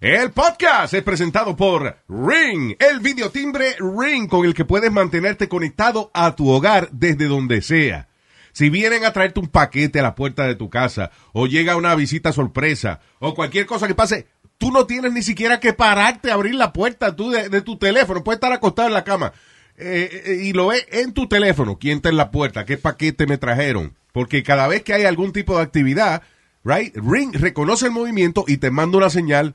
El podcast es presentado por Ring, el videotimbre Ring con el que puedes mantenerte conectado a tu hogar desde donde sea. Si vienen a traerte un paquete a la puerta de tu casa, o llega una visita sorpresa, o cualquier cosa que pase, tú no tienes ni siquiera que pararte a abrir la puerta tú de, de tu teléfono. Puedes estar acostado en la cama eh, eh, y lo ves en tu teléfono. ¿Quién está en la puerta? ¿Qué paquete me trajeron? Porque cada vez que hay algún tipo de actividad, right, Ring reconoce el movimiento y te manda una señal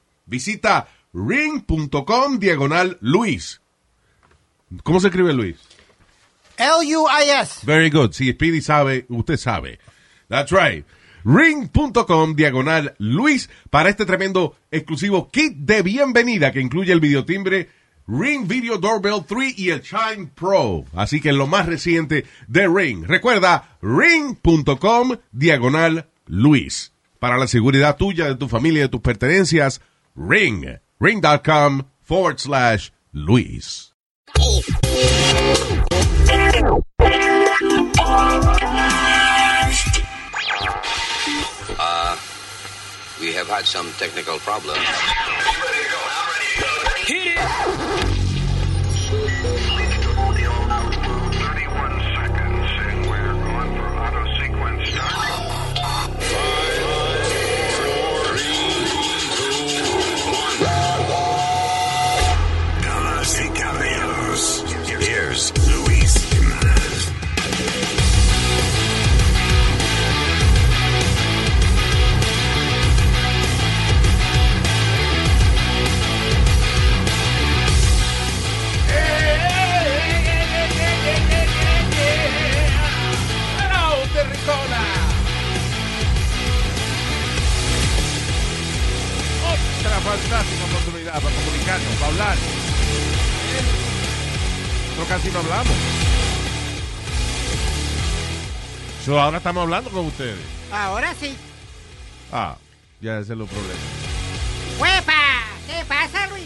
Visita ring.com diagonal Luis. ¿Cómo se escribe Luis? L-U-I-S. Very good. Si Speedy sabe, usted sabe. That's right. Ring.com diagonal Luis para este tremendo exclusivo kit de bienvenida que incluye el videotimbre Ring Video Doorbell 3 y el Chime Pro. Así que lo más reciente de Ring. Recuerda, ring.com diagonal Luis. Para la seguridad tuya, de tu familia, de tus pertenencias, Ring. Ring.com forward slash Luis. We have had some technical problems. Damas y caballeros, here's Luis Jimenez. Otra fantástica oportunidad para comunicarnos, para hablar. Nosotros casi no hablamos. So, ahora estamos hablando con ustedes. Ahora sí. Ah, ya ese es el problema. ¡Huepa! ¿Qué pasa, Luis?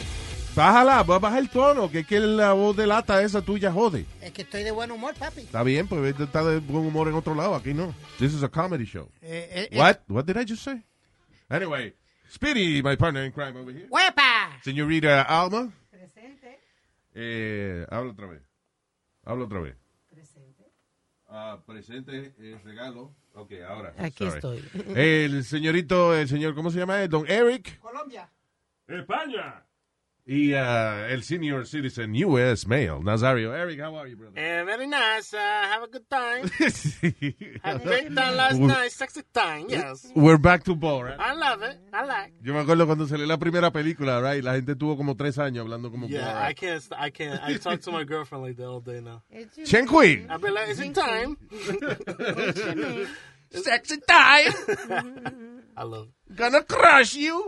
Bájala, ba- baja el tono, que es que la voz de lata esa tuya jode. Es que estoy de buen humor, papi. Está bien, pues está de buen humor en otro lado, aquí no. This is a comedy show. Eh, eh, eh, What? What did I just say? Anyway, Speedy, my partner in crime over here. ¡Huepa! Señorita Alma. Presente. Eh, habla otra vez. Habla otra vez. Presente. Ah, presente, eh, regalo. Ok, ahora. Aquí Sorry. estoy. El señorito, el señor, ¿cómo se llama? él? Don Eric. Colombia. España. Y ah, el senior citizen U.S. male, Nazario. Eric, how are you, brother? Eh, very nice. Uh, have a good time. Have a great time last We're- night. Sexy time, yes. We're back to ball, right? I love it. I like. Yo me acuerdo cuando salió la primera película, right? La gente tuvo como tres años hablando como Yeah, ball, I right? can't. st- I can't. I talk to my girlfriend like that all day now. Chen Hui. I've been like, is it time? Sexy time. I love. It. Gonna crush you.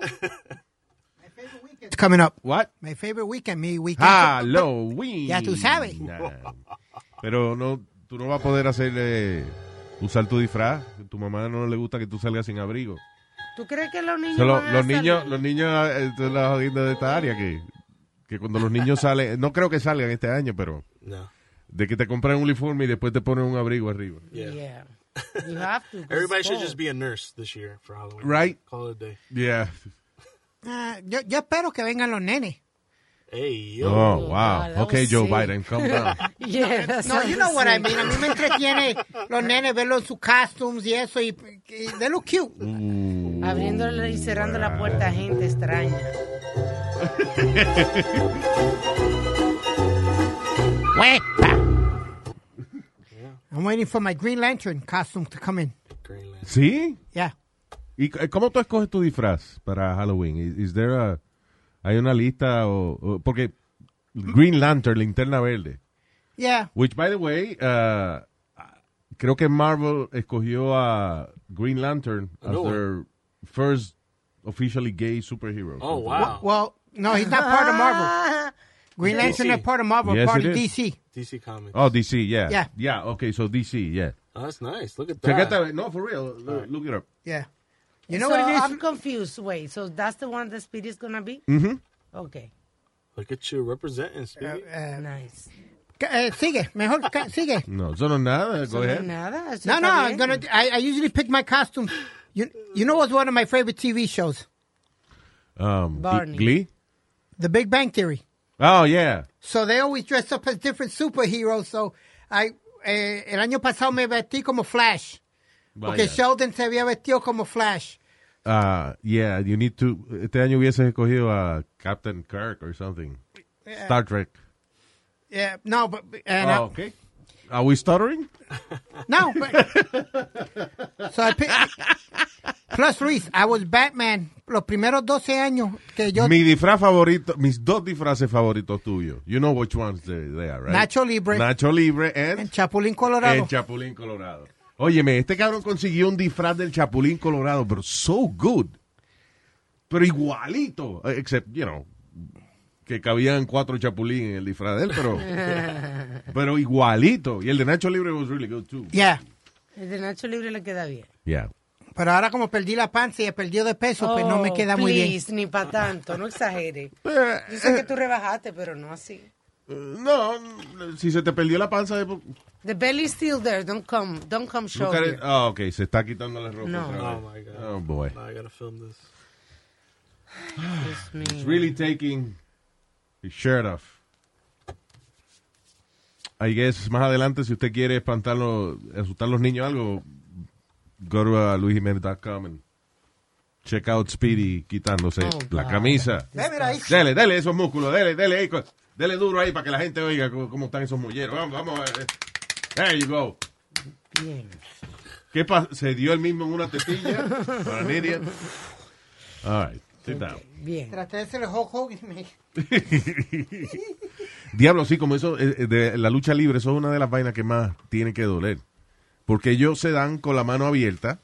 It's coming up. What? My favorite weekend, mi weekend. Ah, Halloween. Ya tú sabes. Nah. Pero no, tú no vas a poder hacerle usar tu disfraz. Tu mamá no le gusta que tú salgas sin abrigo. ¿Tú crees que los niños Solo van a los salir? niños, los niños, eh, esto es la jodienda de esta área que, que cuando los niños salen, no creo que salgan este año, pero No. de que te compran un uniforme y después te ponen un abrigo arriba. Yeah. Yeah. You have to. Everybody should just be a nurse this year for Halloween. Right. Call it a day. Yeah. Ah, yo, yo espero que vengan los nenes. Hey yo. Oh, God, wow. that okay, was Joe sick. Biden, calm down. Yeah, that's No, you know what I mean. A mí me entretiene los nenes, verlos en sus costumes y eso. Y, y they look cute. Mm. Abriéndole y cerrando la puerta a gente extraña. I'm waiting for my Green Lantern costume to come in. Greenland. ¿Sí? Yeah. ¿Y c- eh, cómo tú escoges tu disfraz para Halloween? Is, is there a- ¿Hay una lista o, o- Porque Green Lantern, linterna verde. Yeah. Which, by the way, uh, creo que Marvel escogió a Green Lantern as nuevo. their first officially gay superhero. Oh, wow. Well, no, he's not part of Marvel. Green Lantern is part of Marvel, Yes, part it of is. DC. DC Comics. Oh, DC, yeah. Yeah. Yeah, okay, so DC, yeah. Oh, that's nice. Look at Check that. it out. No, for real. Look, Ah. look it up. Yeah. You know so what it is? I'm confused. Wait, so that's the one that Speedy is gonna be? Mm-hmm. Mhm. Okay, Look at you representing, Speedy. Eh, nice. eh, sigue, mejor ca- sigue. No, eso no es nada. Go No, ahead. nada. eso No, no, está I'm bien. gonna. I, I usually pick my costumes. You, you know what's one of my favorite TV shows? Um, Barney. Glee. The Big Bang Theory. Oh, yeah. So they always dress up as different superheroes. So I, eh, el año pasado me vestí como Flash, porque Vaya. Sheldon se había vestido como Flash. Ah, yeah, you need to. Este año hubieses escogido a Captain Kirk or something. Star Trek. Yeah, Eh, no, but and I- Oh, okay. Are we stuttering? Oh. No. But, so I pick, plus Luis, I was Batman los primeros 12 años que yo Mi disfraz favorito, mis dos disfraces favoritos tuyos. You know which ones they, they are, right? Nacho Libre. Nacho Libre and, en Chapulín Colorado. and Chapulín Colorado. Óyeme, este cabrón consiguió un disfraz del Chapulín Colorado, pero so good. Pero igualito. eh, Except, you know, que cabían cuatro Chapulín en el disfraz de él, pero, pero igualito. Y el de Nacho Libre was really good too. yeah. El de Nacho Libre le queda bien. Yeah. Pero ahora como perdí la panza y he perdido de peso, pues no me Oh, queda muy bien. please, ni para tanto, no exagere. Eh, Yo sé que tú rebajaste, pero no así. No, si se te perdió la panza, de- The belly is still there. Don't come, don't come show. Buscar el- here. Ah, ok, se está quitando la ropa. No. otra Oh, vez. my God. Oh, boy. Now I gotta film this. Excuse me. It's really taking his shirt off. I guess más adelante, si usted quiere espantarlo, asustar a los niños o algo, go to uh, luisjimenez.com and check out Speedy quitándose Oh, la God. camisa. Eh, mira ahí. Dele, dele esos músculos, dele, dele, ahí, co- dele duro ahí para que la gente oiga cómo, cómo están esos mulleros. Vamos, vamos. eh, eh. There you go. Bien. ¿Qué pasó? ¿Se dio el mismo en una tetilla? Para an idiot. All right, sit down. Bien. Traté de hacer el Hulk Hogan y me- Diablo, sí, como eso, eh, eh, de la lucha libre, eso es una de las vainas que más tiene que doler. Porque ellos se dan con la mano abierta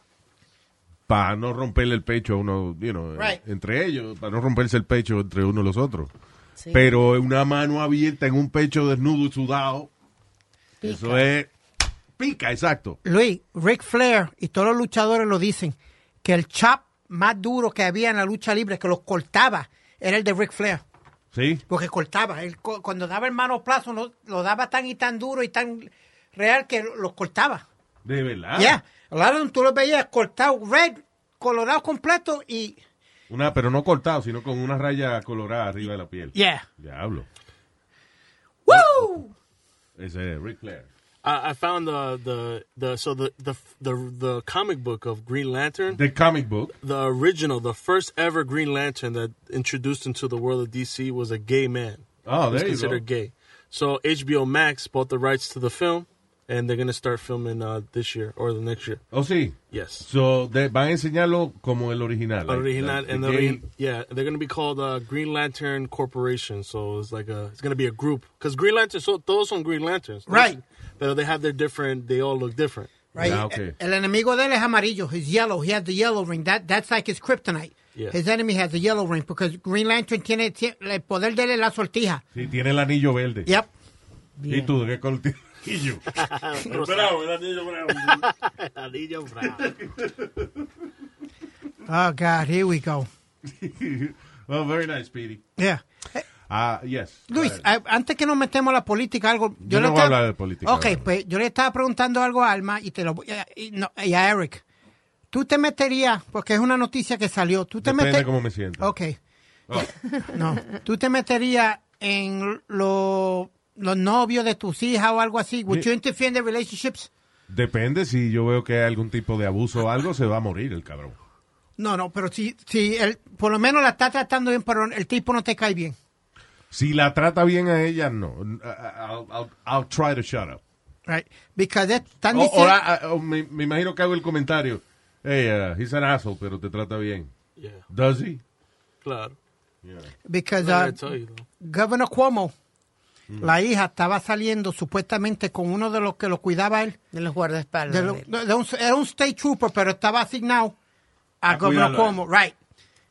para no romperle el pecho a uno, you know, eh, Right. entre ellos, para no romperse el pecho entre uno y los otros. Sí. Pero una mano abierta en un pecho desnudo y sudado, Pica. eso es... Pica, exacto. Luis, Ric Flair y todos los luchadores lo dicen, que el chop más duro que había en la lucha libre, que los cortaba, era el de Ric Flair. ¿Sí? Porque cortaba. Él, co- cuando daba el manoplazo, lo, lo daba tan y tan duro y tan real que lo- los cortaba. De verdad. Yeah. A lot of them tú los veías cortado, red, colorado completo y. Una, pero no cortado, sino con una raya colorada arriba de la piel. Yeah. Diablo. Woo! Ese es Ric Flair. I, I found the, the the so the the the the comic book of Green Lantern, The comic book. the original, the first ever Green Lantern that introduced into the world of DC was a gay man. Oh, was there you go. considered gay. So HBO Max bought the rights to the film, and they're gonna start filming uh, this year or the next year. Oh, sí. Yes, So, de- van a enseñarlo como el original. like, original like, and the the gay- ori- yeah, they're gonna be called uh, Green Lantern Corporation. So it's like a it's gonna be a group because Green Lantern. So those on Green Lanterns, Right. But they have their different. They all look different. Right. Ah, okay. El enemigo de él es amarillo. He's yellow. He has the yellow ring. That, that's like his kryptonite. Yeah. His enemy has the yellow ring because Green Lantern tiene, tie- el poder de él es la sortija. Sí, tiene el anillo verde. Yep. ¿Y tú de qué color tienes el anillo? bravo, el anillo bravo. Anillo Bravo. Oh, God, here we go. well, very nice, Speedy. Yeah. Eh, Ah, yes. Luis, Go ahead. a- antes que nos metemos a la política, algo. Yo no voy a hablar de política, Ok, ahora. pues yo le estaba preguntando algo a Alma y, te lo, voy a- y, no- y a Eric. ¿Tú te meterías, porque es una noticia que salió, tú te Depende metes- cómo me siento. Ok, Oh, no. ¿Tú te meterías en lo- los novios de tus hijas o algo así? ¿Would Sí. you interfere in the relationships? depende si yo veo que hay algún tipo de abuso o algo, se va a morir el cabrón. No, no, pero si, si el, por lo menos la está tratando bien, pero el tipo no te cae bien. Si la trata bien a ella, no. uh, I'll, I'll- I'll try to shut up. Right. Because that- están O- diciendo... o la- o me, me imagino que hago el comentario. Hey, uh, he's an asshole, pero te trata bien. Yeah, Does he? claro. because, I uh, tell you though. Governor Cuomo, la hija estaba saliendo supuestamente con uno de los que lo cuidaba él. De los guardaespaldas. de lo- de- de un- era un state trooper, pero estaba asignado a, A Governor cuidarlo, Cuomo, right.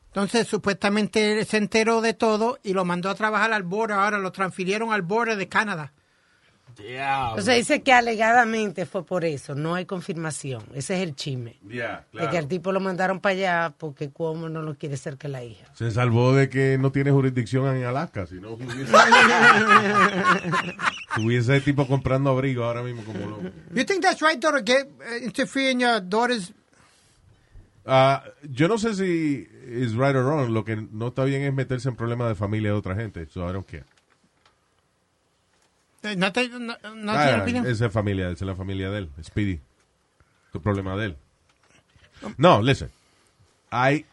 Entonces, supuestamente él se enteró de todo y lo mandó a trabajar al borde. Ahora lo transfirieron al borde de Canadá. Yeah. O sea, dice que alegadamente fue por eso. No hay confirmación. Ese es el chisme. Ya, De que al tipo lo mandaron para allá porque Cuomo no lo quiere cerca de la hija. Se salvó de que no tiene jurisdicción en Alaska, si no hubiese... Tuviese el tipo comprando abrigo ahora mismo como loco. You think that's right, daughter? Get, uh, interfere in your daughter's... Ah, yo no sé si is right or wrong. Lo que no está bien es meterse en problemas de familia de otra gente. So I don't care. eh, No te... No, no Ah, tiene opinión. esa es familia, esa es la familia de él, Speedy. Tu problema de él. No, listen. Hay,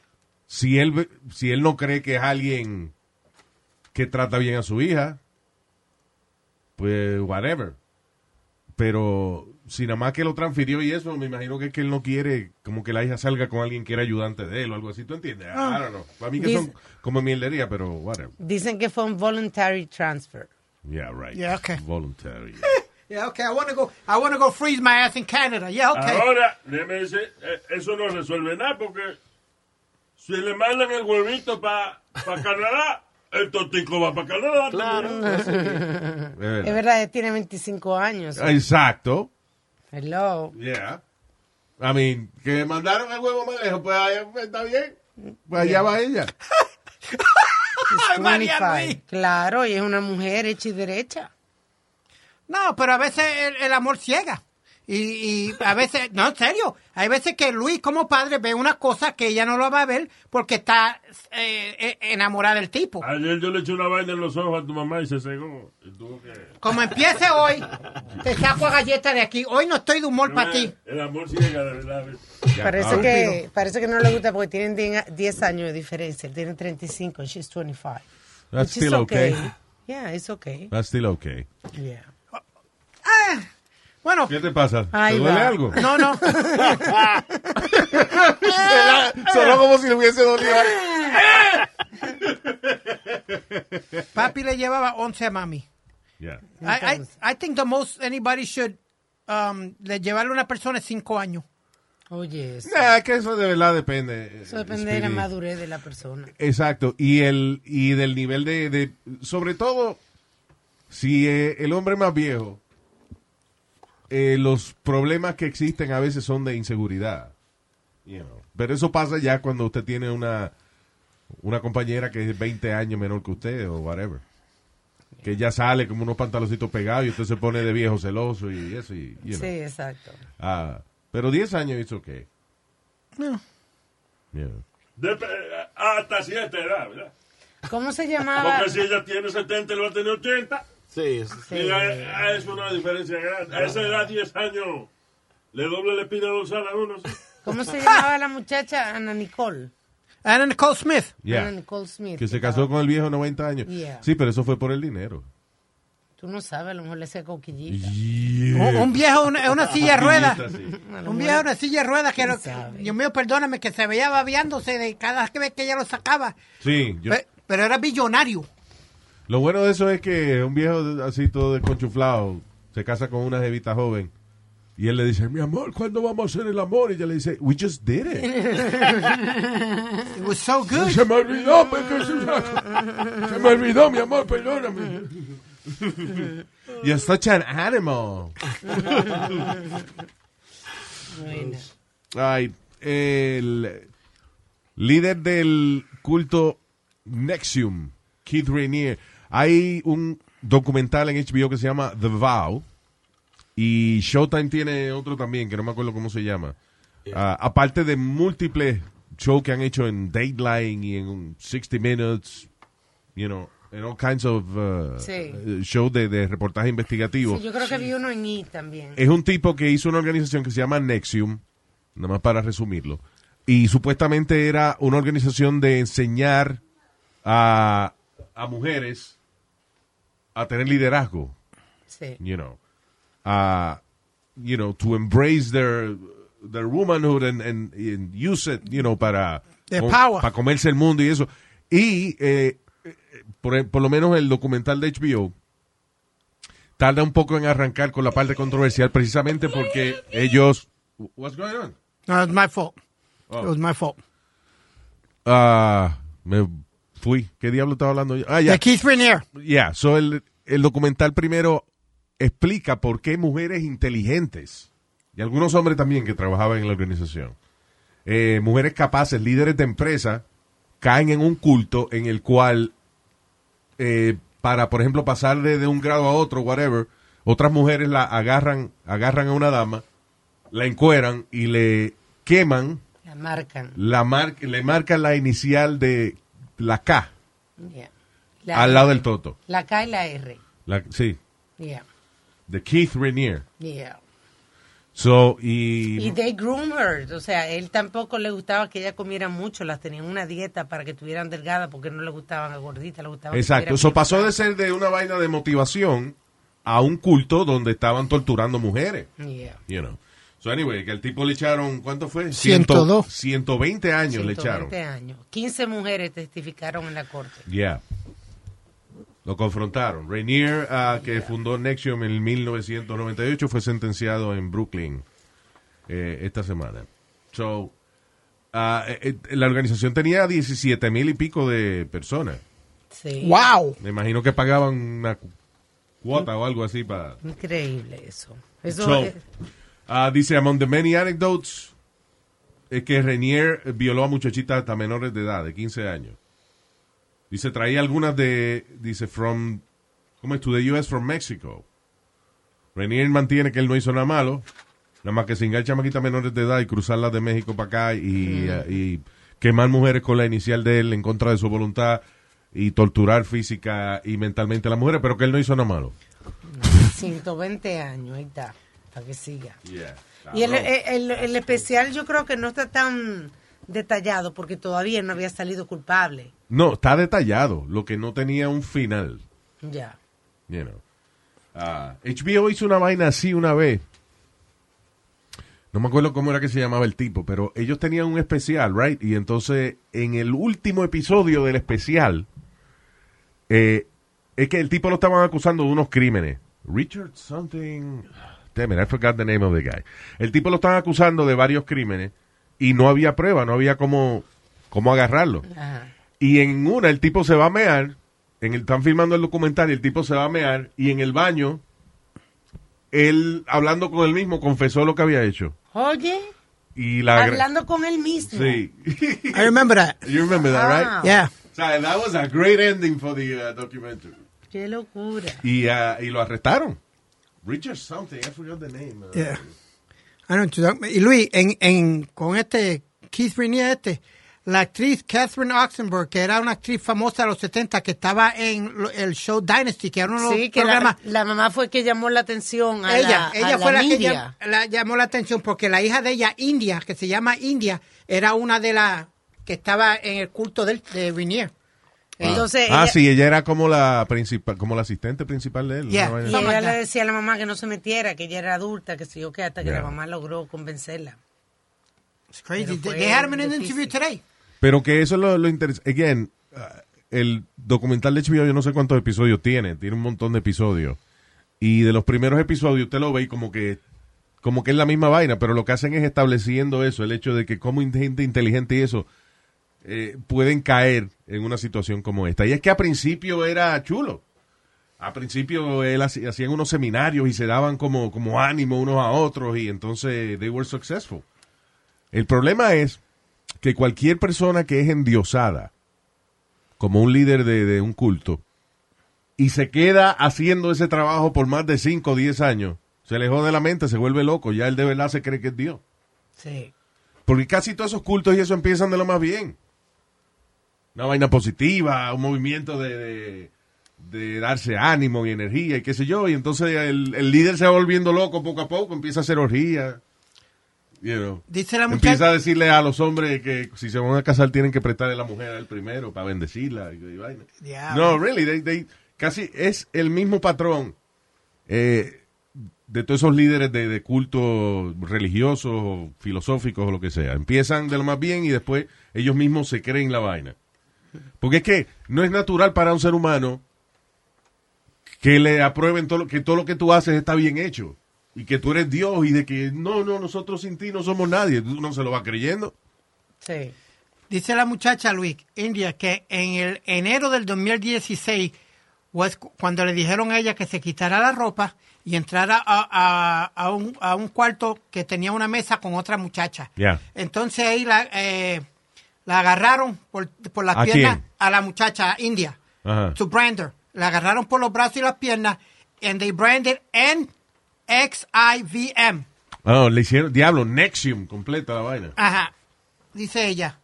si él, ve- si él no cree que es alguien que trata bien a su hija, pues whatever. Pero si nada más que lo transfirió y eso, me imagino que es que él no quiere como que la hija salga con alguien que era ayudante de él o algo así, ¿tú entiendes? I Ah. don't know. Para mí que son Dice- como mierdería, pero whatever. Dicen que fue un voluntary transfer. Yeah, right. Yeah, okay. Voluntary. Yeah, okay, I want to go, I wanna go freeze my ass in Canada. Yeah, okay. Ahora, déjeme decir, eh, eso no resuelve nada porque si le mandan el huevito para Canadá, el totico va para Canadá. Claro. Es verdad. Es verdad, él tiene 25 años. Exacto. Hello. Yeah. I mean, que mandaron al huevo más lejos, pues allá pues, está bien. Pues allá va ella. Ah, Ay, María 25. Claro, y es una mujer hecha y derecha. No, pero a veces el, el amor ciega. Y, y a veces, no, en serio, hay veces que Luis como padre ve una cosa que ella no lo va a ver porque está eh, eh, enamorada del tipo. Ayer yo le eché una vaina en los ojos a tu mamá y se cegó. Y tuvo que... Como empiece hoy, te saco a galleta de aquí. Hoy no estoy de humor para ti. El amor ciega, de verdad. Parece que, parece que no le gusta porque tienen 10 10 años de diferencia. Él tiene 35 and she's 25. That's Which is still okay. Yeah, it's okay. That's still okay. Yeah. Bueno, ¿Qué te pasa? Ahí ¿Te duele va. algo? no, no. Solo como si le hubiese dolido. Papi le llevaba 11 a mami. Yeah. I, I, I think the most anybody should um, le llevarle a una persona es 5 años. Oye, eso, Nah, Ah, que eso de verdad depende. Oh, eso depende de la Speedy. madurez de la persona. Exacto. Y el y del nivel de, de- sobre todo si eh, el hombre más viejo eh, los problemas que existen a veces son de inseguridad. you know. Pero eso pasa ya cuando usted tiene una una compañera que es 20 años menor que usted o whatever. Que ya sale como unos pantaloncitos pegados y usted se pone de viejo celoso y eso y you know. Sí, exacto. Ah, pero 10 años it's okay. Yeah. Dep- eh, hasta cierta edad, ¿verdad? ¿Cómo se llamaba? Porque si ella tiene 70, él va a tener eh, 80. Sí, es- Sí. Y a, Eh. a eso no hay ah, diferencia grande. A esa edad, 10 años, le doble la espina dorsal a uno. ¿sí? ¿Cómo se llamaba la muchacha? Ana Nicole. Ana Nicole Smith. Yeah. Ana Nicole Smith. Que se estaba- casó con el viejo 90 años. Yeah. Sí, pero eso fue por el dinero. Tú no sabes, a lo mejor le hacía coquillita. Un, un viejo, una, una silla de ruedas. Sí. Un viejo, una silla de ruedas que, lo- sabe? Dios mío, perdóname, que se veía babiándose de cada vez que ella lo sacaba. Sí, yo- Pe- Pero, era billonario. lo bueno de eso es que un viejo así todo desconchuflado se casa con una jevita joven y él le dice, mi amor, ¿cuándo vamos a hacer el amor? Y ella le dice, we just did it. It was so good. se me olvidó, pues, que se me- se me olvidó, mi amor, perdóname. You're such an animal. Buena. Ay, el líder del culto Nexium, Keith Rainier. Hay un documental en HBO que se llama The Vow. Y Showtime tiene otro también, que no me acuerdo cómo se llama. Ah, aparte de múltiples shows que han hecho en Dateline y en 60 Minutes, you know, en all kinds of uh, Sí. eh, shows de, de reportaje investigativo. Sí, yo creo que vi uno en I también. Es un tipo que hizo una organización que se llama Nexium, nada más para resumirlo. Y supuestamente era una organización de enseñar a, a mujeres a tener liderazgo, Sí. you know, a, you know, to embrace their, their womanhood and, and- and use it, you know, para, Their power. para comerse el mundo y eso. Y eh, eh, por, por lo menos el documental de HBO tarda un poco en arrancar con la parte controversial precisamente porque ellos... What's going on? No, it was my fault. Oh. It was my fault. ah, me fui. ¿Qué diablo estaba hablando yo? Ah, ya. De Keith Rainier. Yeah, so el, el documental primero explica por qué mujeres inteligentes, y algunos hombres también que trabajaban en la organización, eh, mujeres capaces, líderes de empresa, caen en un culto en el cual, eh, para, por ejemplo, pasar de, de un grado a otro, whatever, otras mujeres la agarran, agarran a una dama, la encueran y le queman, La marcan. la mar- le marcan la inicial de la K Yeah. al lado del toto. La K y la R. La- sí, Yeah. de Keith Rainier. Yeah. So, y, Y they groom her. O sea, él tampoco le gustaba que ella comiera mucho. Las tenían una dieta para que estuvieran delgadas porque no le gustaban gorditas, le gustaban. que Exacto, estuvieran eso bien pasó de flacas. ser de una vaina de motivación a un culto donde estaban torturando mujeres, Yeah. you know. So anyway, que el tipo le echaron, ¿cuánto fue? 102. 120 años le 120 echaron. años. 15 mujeres testificaron en la corte. Yeah. Lo confrontaron. Rainier, ah, que fundó Nexium en 1998, fue sentenciado en Brooklyn eh, esta semana. So, ah, eh, eh, la organización tenía 17 mil y pico de personas. Sí. Wow. Me imagino que pagaban una cu- cuota o algo así para... Increíble eso. Eso So, es- ah, dice, among the many anecdotes, es que Renier violó a muchachitas hasta menores de edad, de 15 años. Dice, traía algunas de, dice, from, ¿cómo es? To the U.S. from Mexico. Renier mantiene que él no hizo nada malo, nada más que cingar chamaquitas menores de edad y cruzarlas de México para acá y, ah, y quemar mujeres con la inicial de él en contra de su voluntad y torturar física y mentalmente a las mujeres, pero que él no hizo nada malo. 120 años. Ahí está. Para que siga. Y eh, el, el- el- el especial yo creo que no está tan detallado porque todavía no había salido culpable. No, está detallado, lo que no tenía un final. Ya. You know. Ah, HBO hizo una vaina así una vez. No me acuerdo cómo era que se llamaba el tipo, pero ellos tenían un especial, right? Y entonces, en el último episodio del especial, eh, es que el tipo lo estaban acusando de unos crímenes. Richard something. Damn it, I forgot the name of the guy. El tipo lo estaban acusando de varios crímenes y no había prueba, no había cómo, cómo agarrarlo. Ajá. Y en una el tipo se va a mear, en el, están filmando el documental y el tipo se va a mear y en el baño, él hablando con él mismo confesó lo que había hecho. Oye, Y la... gra- hablando con él mismo. Sí. I remember that. you remember that, right? Ah. Yeah. O sea, that was a great ending for the uh, documentary. Qué locura. Y, uh, y lo arrestaron. Richard something, I forgot the name. uh, Yeah. I don't know. Y Luis, en, en, con este Keith Rainier este, la actriz Catherine Oxenberg, que era una actriz famosa de los 70 que estaba en lo- el show Dynasty, que era uno de los Sí, que la, programas la mamá fue que llamó la atención a ella, la, ella a fue la, que media. llam- la llamó Ah. la atención porque la hija de ella, India, que se llama India, era una de las que estaba en el culto del- de Rainier. Entonces, ah, ella, sí, ella era como la principal, como la asistente principal de él. Yeah. una vaina así. y No, ella manda. le decía a la mamá que no se metiera, que ella era adulta, que sé yo qué, hasta que Yeah. la mamá logró convencerla. It's crazy. Pero fue They had him in an difícil. interview today. Pero que eso es lo, lo interesante. Again, uh, el documental de HBO, yo no sé cuántos episodios tiene. Tiene un montón de episodios. Y de los primeros episodios, usted lo ve y como que, como que es la misma vaina. Pero lo que hacen es estableciendo eso, el hecho de que como in- gente inteligente y eso eh, pueden caer en una situación como esta. Y es que a principio era chulo. A principio él haci- hacían unos seminarios y se daban como, como ánimo unos a otros y entonces they were successful. El problema es que cualquier persona que es endiosada como un líder de, de un culto y se queda haciendo ese trabajo por más de 5 o 10 años, se le jode la mente, se vuelve loco, ya él de verdad se cree que es Dios. Sí. Porque casi todos esos cultos y eso empiezan de lo más bien. Una vaina positiva, un movimiento de, de- de darse ánimo y energía y qué sé yo. Y entonces el, el líder se va volviendo loco poco a poco, empieza a hacer orgía. you know. Dice la Empieza muchacha. a decirle a los hombres que si se van a casar tienen que prestarle a la mujer al primero para bendecirla. y- y vaina. Diablo. No, really, they- they- casi es el mismo patrón eh, de todos esos líderes de, de cultos religiosos o filosóficos o lo que sea. Empiezan de lo más bien y después ellos mismos se creen la vaina. Porque es que no es natural para un ser humano que le aprueben todo lo, que todo lo que tú haces está bien hecho y que tú eres Dios y de que no, no, nosotros sin ti no somos nadie. Uno se lo va creyendo. Sí. Dice la muchacha Luis, India, que en el enero del 2016 was cu- cuando le dijeron a ella que se quitara la ropa y entrara a, a- a un, a un cuarto que tenía una mesa con otra muchacha. Yeah. Entonces ahí la, eh, la agarraron por, por las ¿A piernas quién? a la muchacha, a India, Ajá. to brand her. La agarraron por los brazos y las piernas and they branded NXIVM. Oh, le hicieron, diablo, Nexium, completa la vaina. Ajá, dice ella.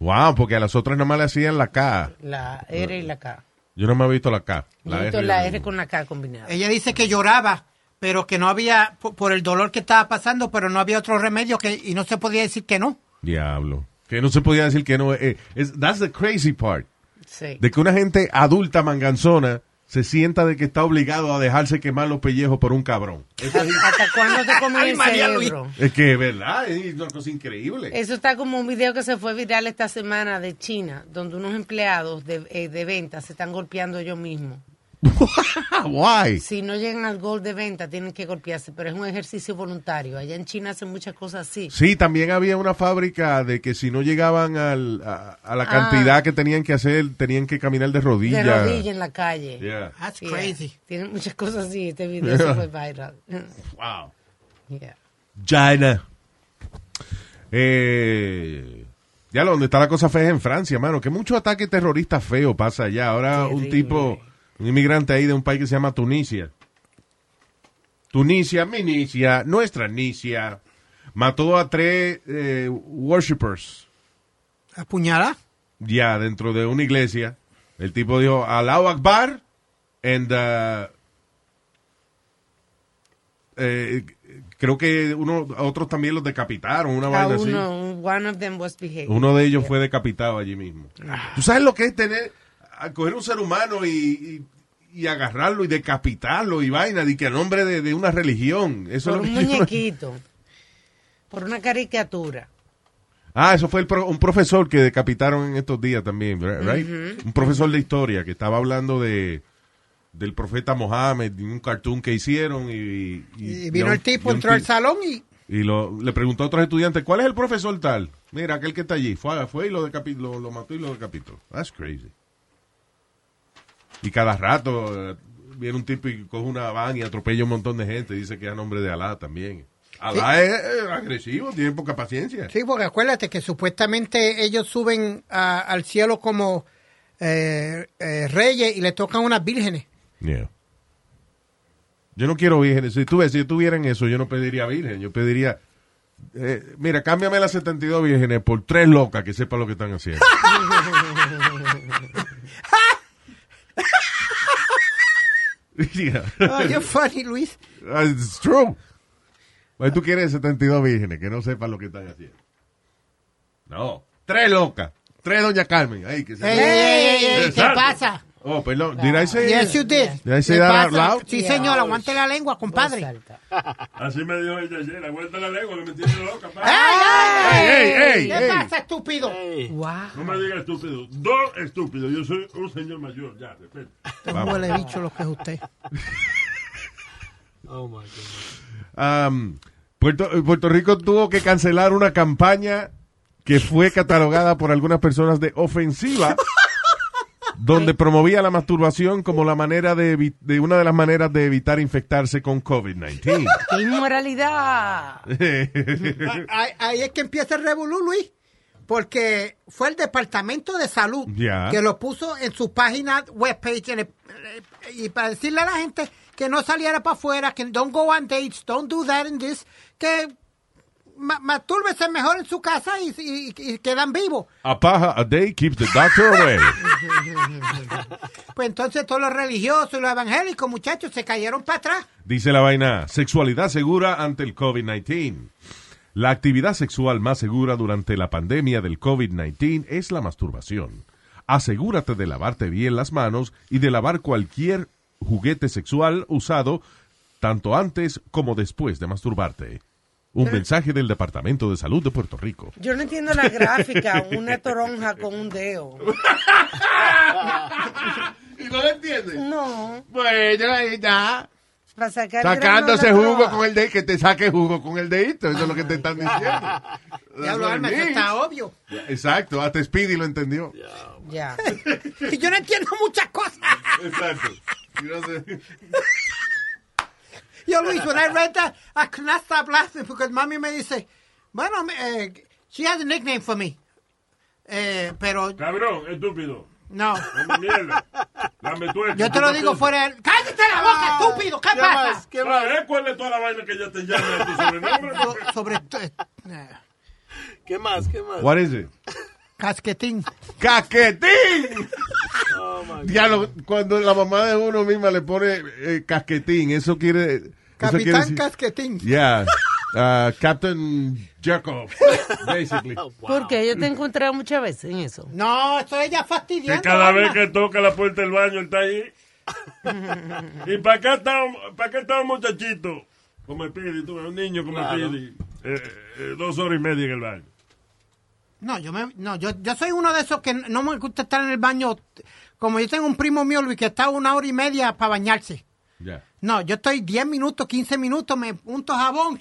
Wow, porque a las otras nada más le hacían la K. La R y la K. Yo no me he visto la K. La R, la R con la K combinada. Ella dice que lloraba, pero que no había, po- por, el dolor que estaba pasando, pero no había otro remedio que, y no se podía decir que no. Diablo. Que no se podía decir que no. eh, es- that's the crazy part. Sí. De que una gente adulta manganzona se sienta de que está obligado a dejarse quemar los pellejos por un cabrón. ¿Hasta cuándo te comen Ay, el María cerebro? Es que, ¿verdad? Es una cosa increíble. Eso está como un video que se fue viral esta semana de China, donde unos empleados de, eh, de venta se están golpeando ellos mismos. Ah, Why? Si no llegan al gol de venta, tienen que golpearse, pero es un ejercicio voluntario. Allá en China hacen muchas cosas así. Sí, también había una fábrica de que si no llegaban al- a, a la Ah. cantidad que tenían que hacer, tenían que caminar de De rodillas. rodilla en la calle. Yeah. That's Yeah. crazy. Tienen muchas cosas así. Este video se Yeah. fue viral. Wow. Yeah. China. Eh, ya lo donde está la cosa fea es en Francia, mano. Que mucho ataque terrorista feo pasa allá. Ahora un Terrible. tipo, un inmigrante ahí de un país que se llama Tunisia. Tunisia, mi Nicia, nuestra Nicia, mató a tres eh, worshippers ¿Apuñala? ya dentro de una iglesia. El tipo dijo, Allahu Akbar, and, uh, eh, creo que uno, a otros también los decapitaron, una A vaina así. uno, un- one of them was behaving. Uno de ellos fue decapitado allí mismo. Ah. ¿Tú sabes lo que es tener, a coger un ser humano y, y- y agarrarlo y decapitarlo y vaina, de que a nombre de, de una religión? Eso por es un lo que yo- muñequito. Por una caricatura. Ah, eso fue el pro- un profesor que decapitaron en estos días también, ¿ver- right? Un profesor de historia que estaba hablando de del profeta Mohammed, de un cartoon que hicieron y... y- Y, y vino un- el y tipo, un entró al ti- salón y Y lo- le preguntó a otros estudiantes, ¿cuál es el profesor tal? Mira, aquel que está allí. Fue, fue y lo, decapi- lo, lo mató y lo decapitó. That's crazy. Y cada rato eh, viene un tipo y coge una van y atropella un montón de gente. Dice que es a nombre de Alá también. Alá es, eh, agresivo, tiene poca paciencia. Sí, porque acuérdate que supuestamente ellos suben a- al cielo como eh, eh, reyes y le tocan unas vírgenes. Yeah. Yo no quiero vírgenes. Si, tú ves, si yo tuviera en eso, yo no pediría virgen. Yo pediría. eh, mira, cámbiame las 72 vírgenes por tres locas que sepan lo que están haciendo. Yeah. Oh, you're funny, Luis. It's true. Pues tú quieres 72 vírgenes que no sepan lo que están haciendo. No. Tres locas. Tres doña Carmen. Ahí que se- Ey, ey, ey, ey, ¿Qué Exacto. pasa? Oh, perdón. Did I say- Yes, you did. Did I say ¿Qué that pasa? out loud? Sí, señor, aguante la lengua, compadre. Voz alta. Así me dijo ella ayer, aguanta la lengua que me tiene loca. pa. ¿Eh? ¡Ey, Ey, ey, ¿Qué ey, ey. pasa, estúpido? Hey, Wow. No me diga estúpido. Dos estúpidos. Yo soy un señor mayor, ya, respeto. Un huele bicho lo que es usted. oh my goodness. Um, Puerto, eh, Puerto Rico tuvo que cancelar una campaña que fue catalogada por algunas personas de ofensiva, donde promovía la masturbación como la manera de, evi- de una de las maneras de evitar infectarse con COVID-19. ¡Qué inmoralidad! Ah, ahí, ahí es que empieza el revolú, Luis. Porque fue el Departamento de Salud Ya. que lo puso en su página webpage en el- eh, y para decirle a la gente que no saliera para afuera, que don't go on dates, don't do that and this, que ma- mastúrbese mejor en su casa y, y- y quedan vivos. a paja a day keeps the doctor away. Pues entonces todos los religiosos y los evangélicos, muchachos, se cayeron para atrás. Dice la vaina, sexualidad segura ante el COVID-19. La actividad sexual más segura durante la pandemia del COVID-19 es la masturbación. Asegúrate de lavarte bien las manos y de lavar cualquier juguete sexual usado tanto antes como después de masturbarte. Un mensaje del Departamento de Salud de Puerto Rico. Yo no entiendo la gráfica, una toronja con un dedo. ¿Y no lo entiendes? No. Bueno, ya. para sacar Sacándose grano de la jugo droga. con el dedito, que te saque jugo con el dedito, eso es lo que te están diciendo. Ya That's what lo it Alma, eso means. está obvio. Exacto, hasta Speedy lo entendió. Ya. Y yo no entiendo muchas cosas. Exacto. You know the- Yo, Luis, when I read that, I could not stop laughing because mommy me dice, bueno, eh, she has a nickname for me. Eh, pero Cabrón, estúpido. no. Come mierda. Dame tuerca. Yo te lo digo fuera. del- ¡Cállate la boca, estúpido! ¿Qué ¿Qué pasa? más? ¿Qué Ah, más? ¿eh? ¿Cuál es toda la vaina que ya te llama a tu sobrenombre? So- Sobre. eh, eh, ¿Qué más? ¿Qué más? What is it? Casquetín. ¡Casquetín! Oh, my God. Ya lo- cuando la mamá de uno misma le pone eh, casquetín, eso quiere. eso quiere Capitán decir- Casquetín. Yeah. Uh, Captain Jacob, basically. Porque yo te he encontrado muchas veces en eso. No, esto es ya Que fastidiando. cada vez Alma. que toca la puerta del baño, él está ahí. ¿Y para acá está, un- para acá está un muchachito? Como el Pidi, tú, un niño como Claro. el Pidi. Eh, eh, dos horas y media en el baño. No, yo, me, no yo, yo soy uno de esos que no me gusta estar en el baño. Como yo tengo un primo mío, Luis, que está una hora y media para bañarse. Yeah. No, yo estoy 10 minutos, 15 minutos, me punto jabón.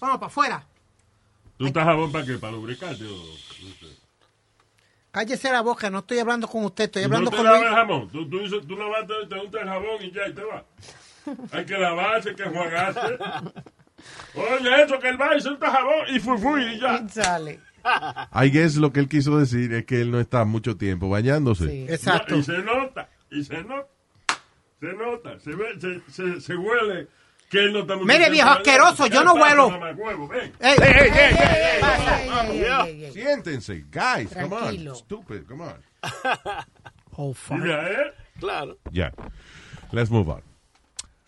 Vamos para afuera. ¿Tú estás jabón para qué? ¿Para lubricarte? o- Cállese la boca, no estoy hablando con usted, estoy ¿Tú hablando no te con lavas Luis. el jamón? Tú, tú, dices- tú lavaste, te untas el jabón y ya, y te va. Hay que lavarse, hay que enjuagarse. Oye, eso que el baño se unta jabón y fui, fui, y ya. Sale. I guess lo que él quiso decir es que él no está mucho tiempo bañándose. Sí. Exacto. Y se nota, y se nota, se nota, se ve, se, se, se huele que él no está muy Mire, contento. viejo asqueroso, yo no Ya pasa, huelo. mamahuevo, ven. Ey, Oh, Ey, ey, ey, ey, ey. Siéntense, guys, come Tranquilo. on. Stupid, come on. Oh, fuck. Mira, ¿eh? Claro. Yeah. Let's move on.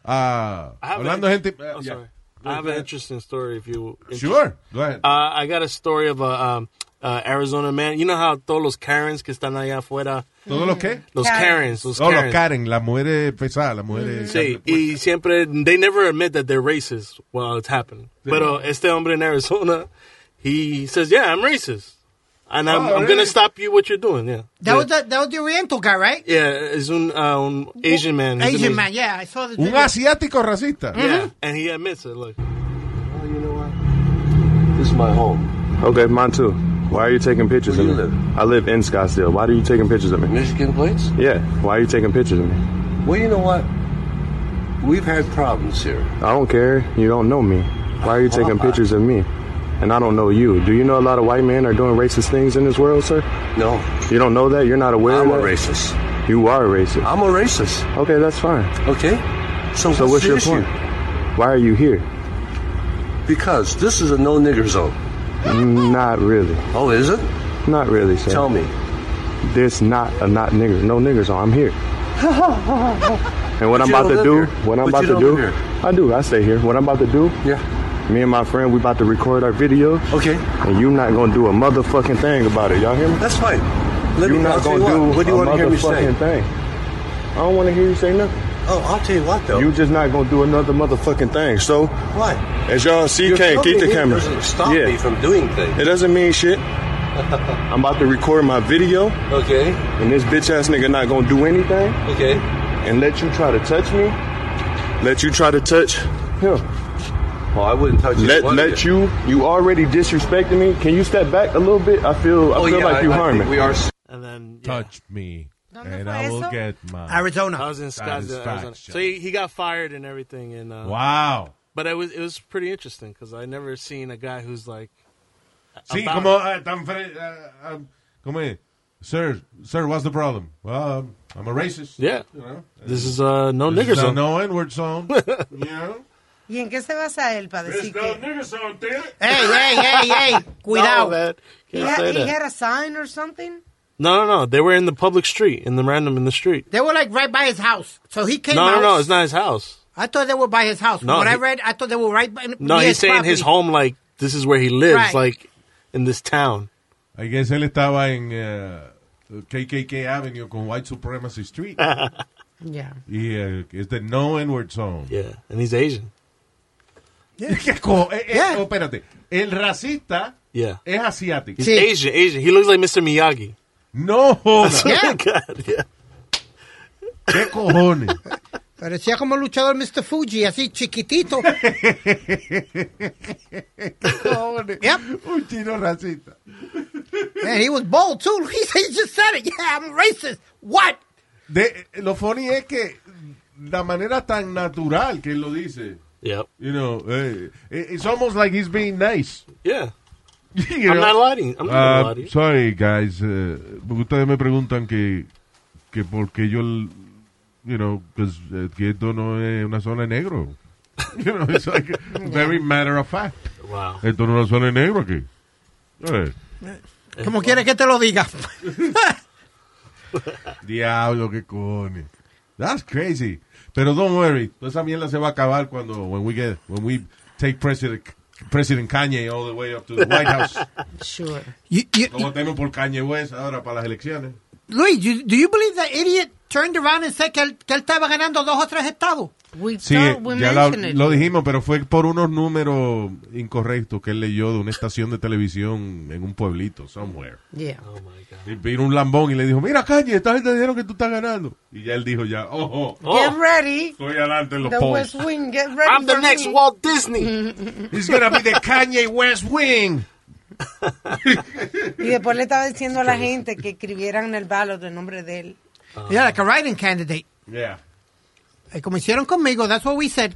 Ah, I have hablando an- gente. Oh, yeah. sorry. I have an interesting story if you. Sure, go ahead. Uh, I got a story of a um, uh, Arizona man. You know how todos los Karens que están allá afuera, ¿Todo lo que? los Karens. Karens, los Oh, Karens. los Karen, las mujeres pesadas, las mujeres. Sí, y siempre, they never admit that they're racist while it's happening. Pero este hombre in Arizona, he says, yeah, I'm racist. And I'm, Oh, I'm really? going to stop you what you're doing, yeah. That yeah. was, the, that was the Oriental guy, right? yeah, it's un, uh, un Asian man. He's an Asian man, yeah, I saw the Un video. asiático racista. Yeah, and he admits it, look. This is my home, Okay, mine too. Why are you taking pictures Where of me? you live? I live in Scottsdale. Why are you taking pictures of me? Michigan plates. Yeah, why are you taking pictures of me? Well, you know what? We've had problems here. I don't care. You don't know me. Why are you taking pictures of me? And I don't know you. Do you know a lot of white men are doing racist things in this world, sir? No, You don't know that? You're not aware I'm a of that? racist. You are racist. I'm a racist. Okay, that's fine. Okay. So, So what's the your issue? point? Why are you here? Because this is a no nigger zone. Mm, Not really. Oh, is it? Not really, sir. Tell me. There's not a not nigger. No niggers on. I'm here. and what I'm you about don't to live do, here. what I'm But about you to don't do, live here. I do. I stay here. What I'm about to do, Yeah. Me and my friend, we about to record our video, Okay. and you not gonna do a motherfucking thing about it. Y'all hear me? That's fine. Let you me I'll not tell gonna you do what. What do you a want to hear me say? motherfucking thing. I don't want to hear you say nothing. Oh, I'll tell you what though. You just not gonna do another motherfucking thing. So, what? as y'all see, Your can't keep the company camera. Doesn't stop yeah, me from doing things. it doesn't mean shit. I'm about to record my video, Okay. and this bitch ass nigga not gonna do anything, Okay. and let you try to touch me, let you try to touch him. Well, Oh, I wouldn't touch either Let one of let you. You already disrespecting me. Can you step back a little bit? I feel. I Oh feel yeah, like I- you I harming. think we are. And then, yeah. Touch me. ¿Dónde and fue I will eso? Ah, get my. I Arizona. was in That is Scottsdale, facts, Arizona. Jeff. So he, he got fired and everything, and uh, Wow. but it was it was pretty interesting because I never seen a guy who's like, Sí, About- como ah, tan. fre- ah, ah, ¿Cómo es? Sir, sir, what's the problem? Well, um, I'm a racist. yeah, You know? this is uh, no This niggers is a zone. no N-word zone. you know? ¿Y en qué se basa él para decir It's no que? nigger zone, Tina. Ey, ey, ey, ey. no, Cuidado. Oh, man. He Can't had, say he that. had a sign or something. no, no, no. They were in the public street, in the random in the street. They were like right by his house. So he came No, out. no, no. It's not his house. I thought they were by his house. No, when I he- read, I thought they were right by No, near he's saying his property. home. Like this is where he lives. Right. Like in this town. I guess él estaba en eh, KKK Avenue con White Supremacy Street. Ya. y eh, es the no N-word zone. Yeah, and he's Asian. ¿Qué co- eh, eh, Yeah. oh, espérate. El racista Yeah, es asiático. he's Sí. Asian. Asian. He looks like Mr. Miyagi. No joda. Yeah. God, yeah. ¿Qué cojones? Parecía como luchador Mr. Fuji, así chiquitito. Yep. Un chino racista. And he was bold too. He, he just said it. Yeah, I'm racist. What? De, lo funny es que la manera tan natural que él lo dice. Yep. You know, eh, it- it's almost like he's being nice. Yeah. You know? I'm not lying. I'm not Ah, gonna lie to you. sorry, guys. eh, porque ustedes me preguntan que, que por qué yo, l- you know, pues, eh, que esto no es una zona de negro. You know, it's like very matter of fact. Wow. Esto no es una zona de negro aquí. Eh, Como quiere que te lo diga. Diablo, qué cojones. That's crazy. Pero don't worry, toda esa mierda se va a acabar cuando when we get when we take President President Kanye all the way up to the White House. Sure. You- you- Lo votemos por Kanye West ahora para las elecciones. Luis, you- do you believe that idiot turned around and said que él, que él estaba ganando dos o tres estados? We Sí, thought we ya lo, mentioned it. lo dijimos, pero fue por unos números incorrectos que él leyó de una estación de televisión en un pueblito, somewhere. Yeah. Oh my god. Y vino un lambón y le dijo, mira Kanye, esta gente dijeron que tú estás ganando. Y ya él dijo ya, ojo, Get ready. estoy adelante en los The West polls. Wing. Get ready. Oh. I'm the for next me. Walt Mm-hmm. Disney. It's gonna be the Kanye West Wing. Y después le estaba diciendo a la gente que escribieran en el ballot el nombre de él. yeah, like a writing candidate. Yeah. Eh, Como hicieron conmigo, that's what we said.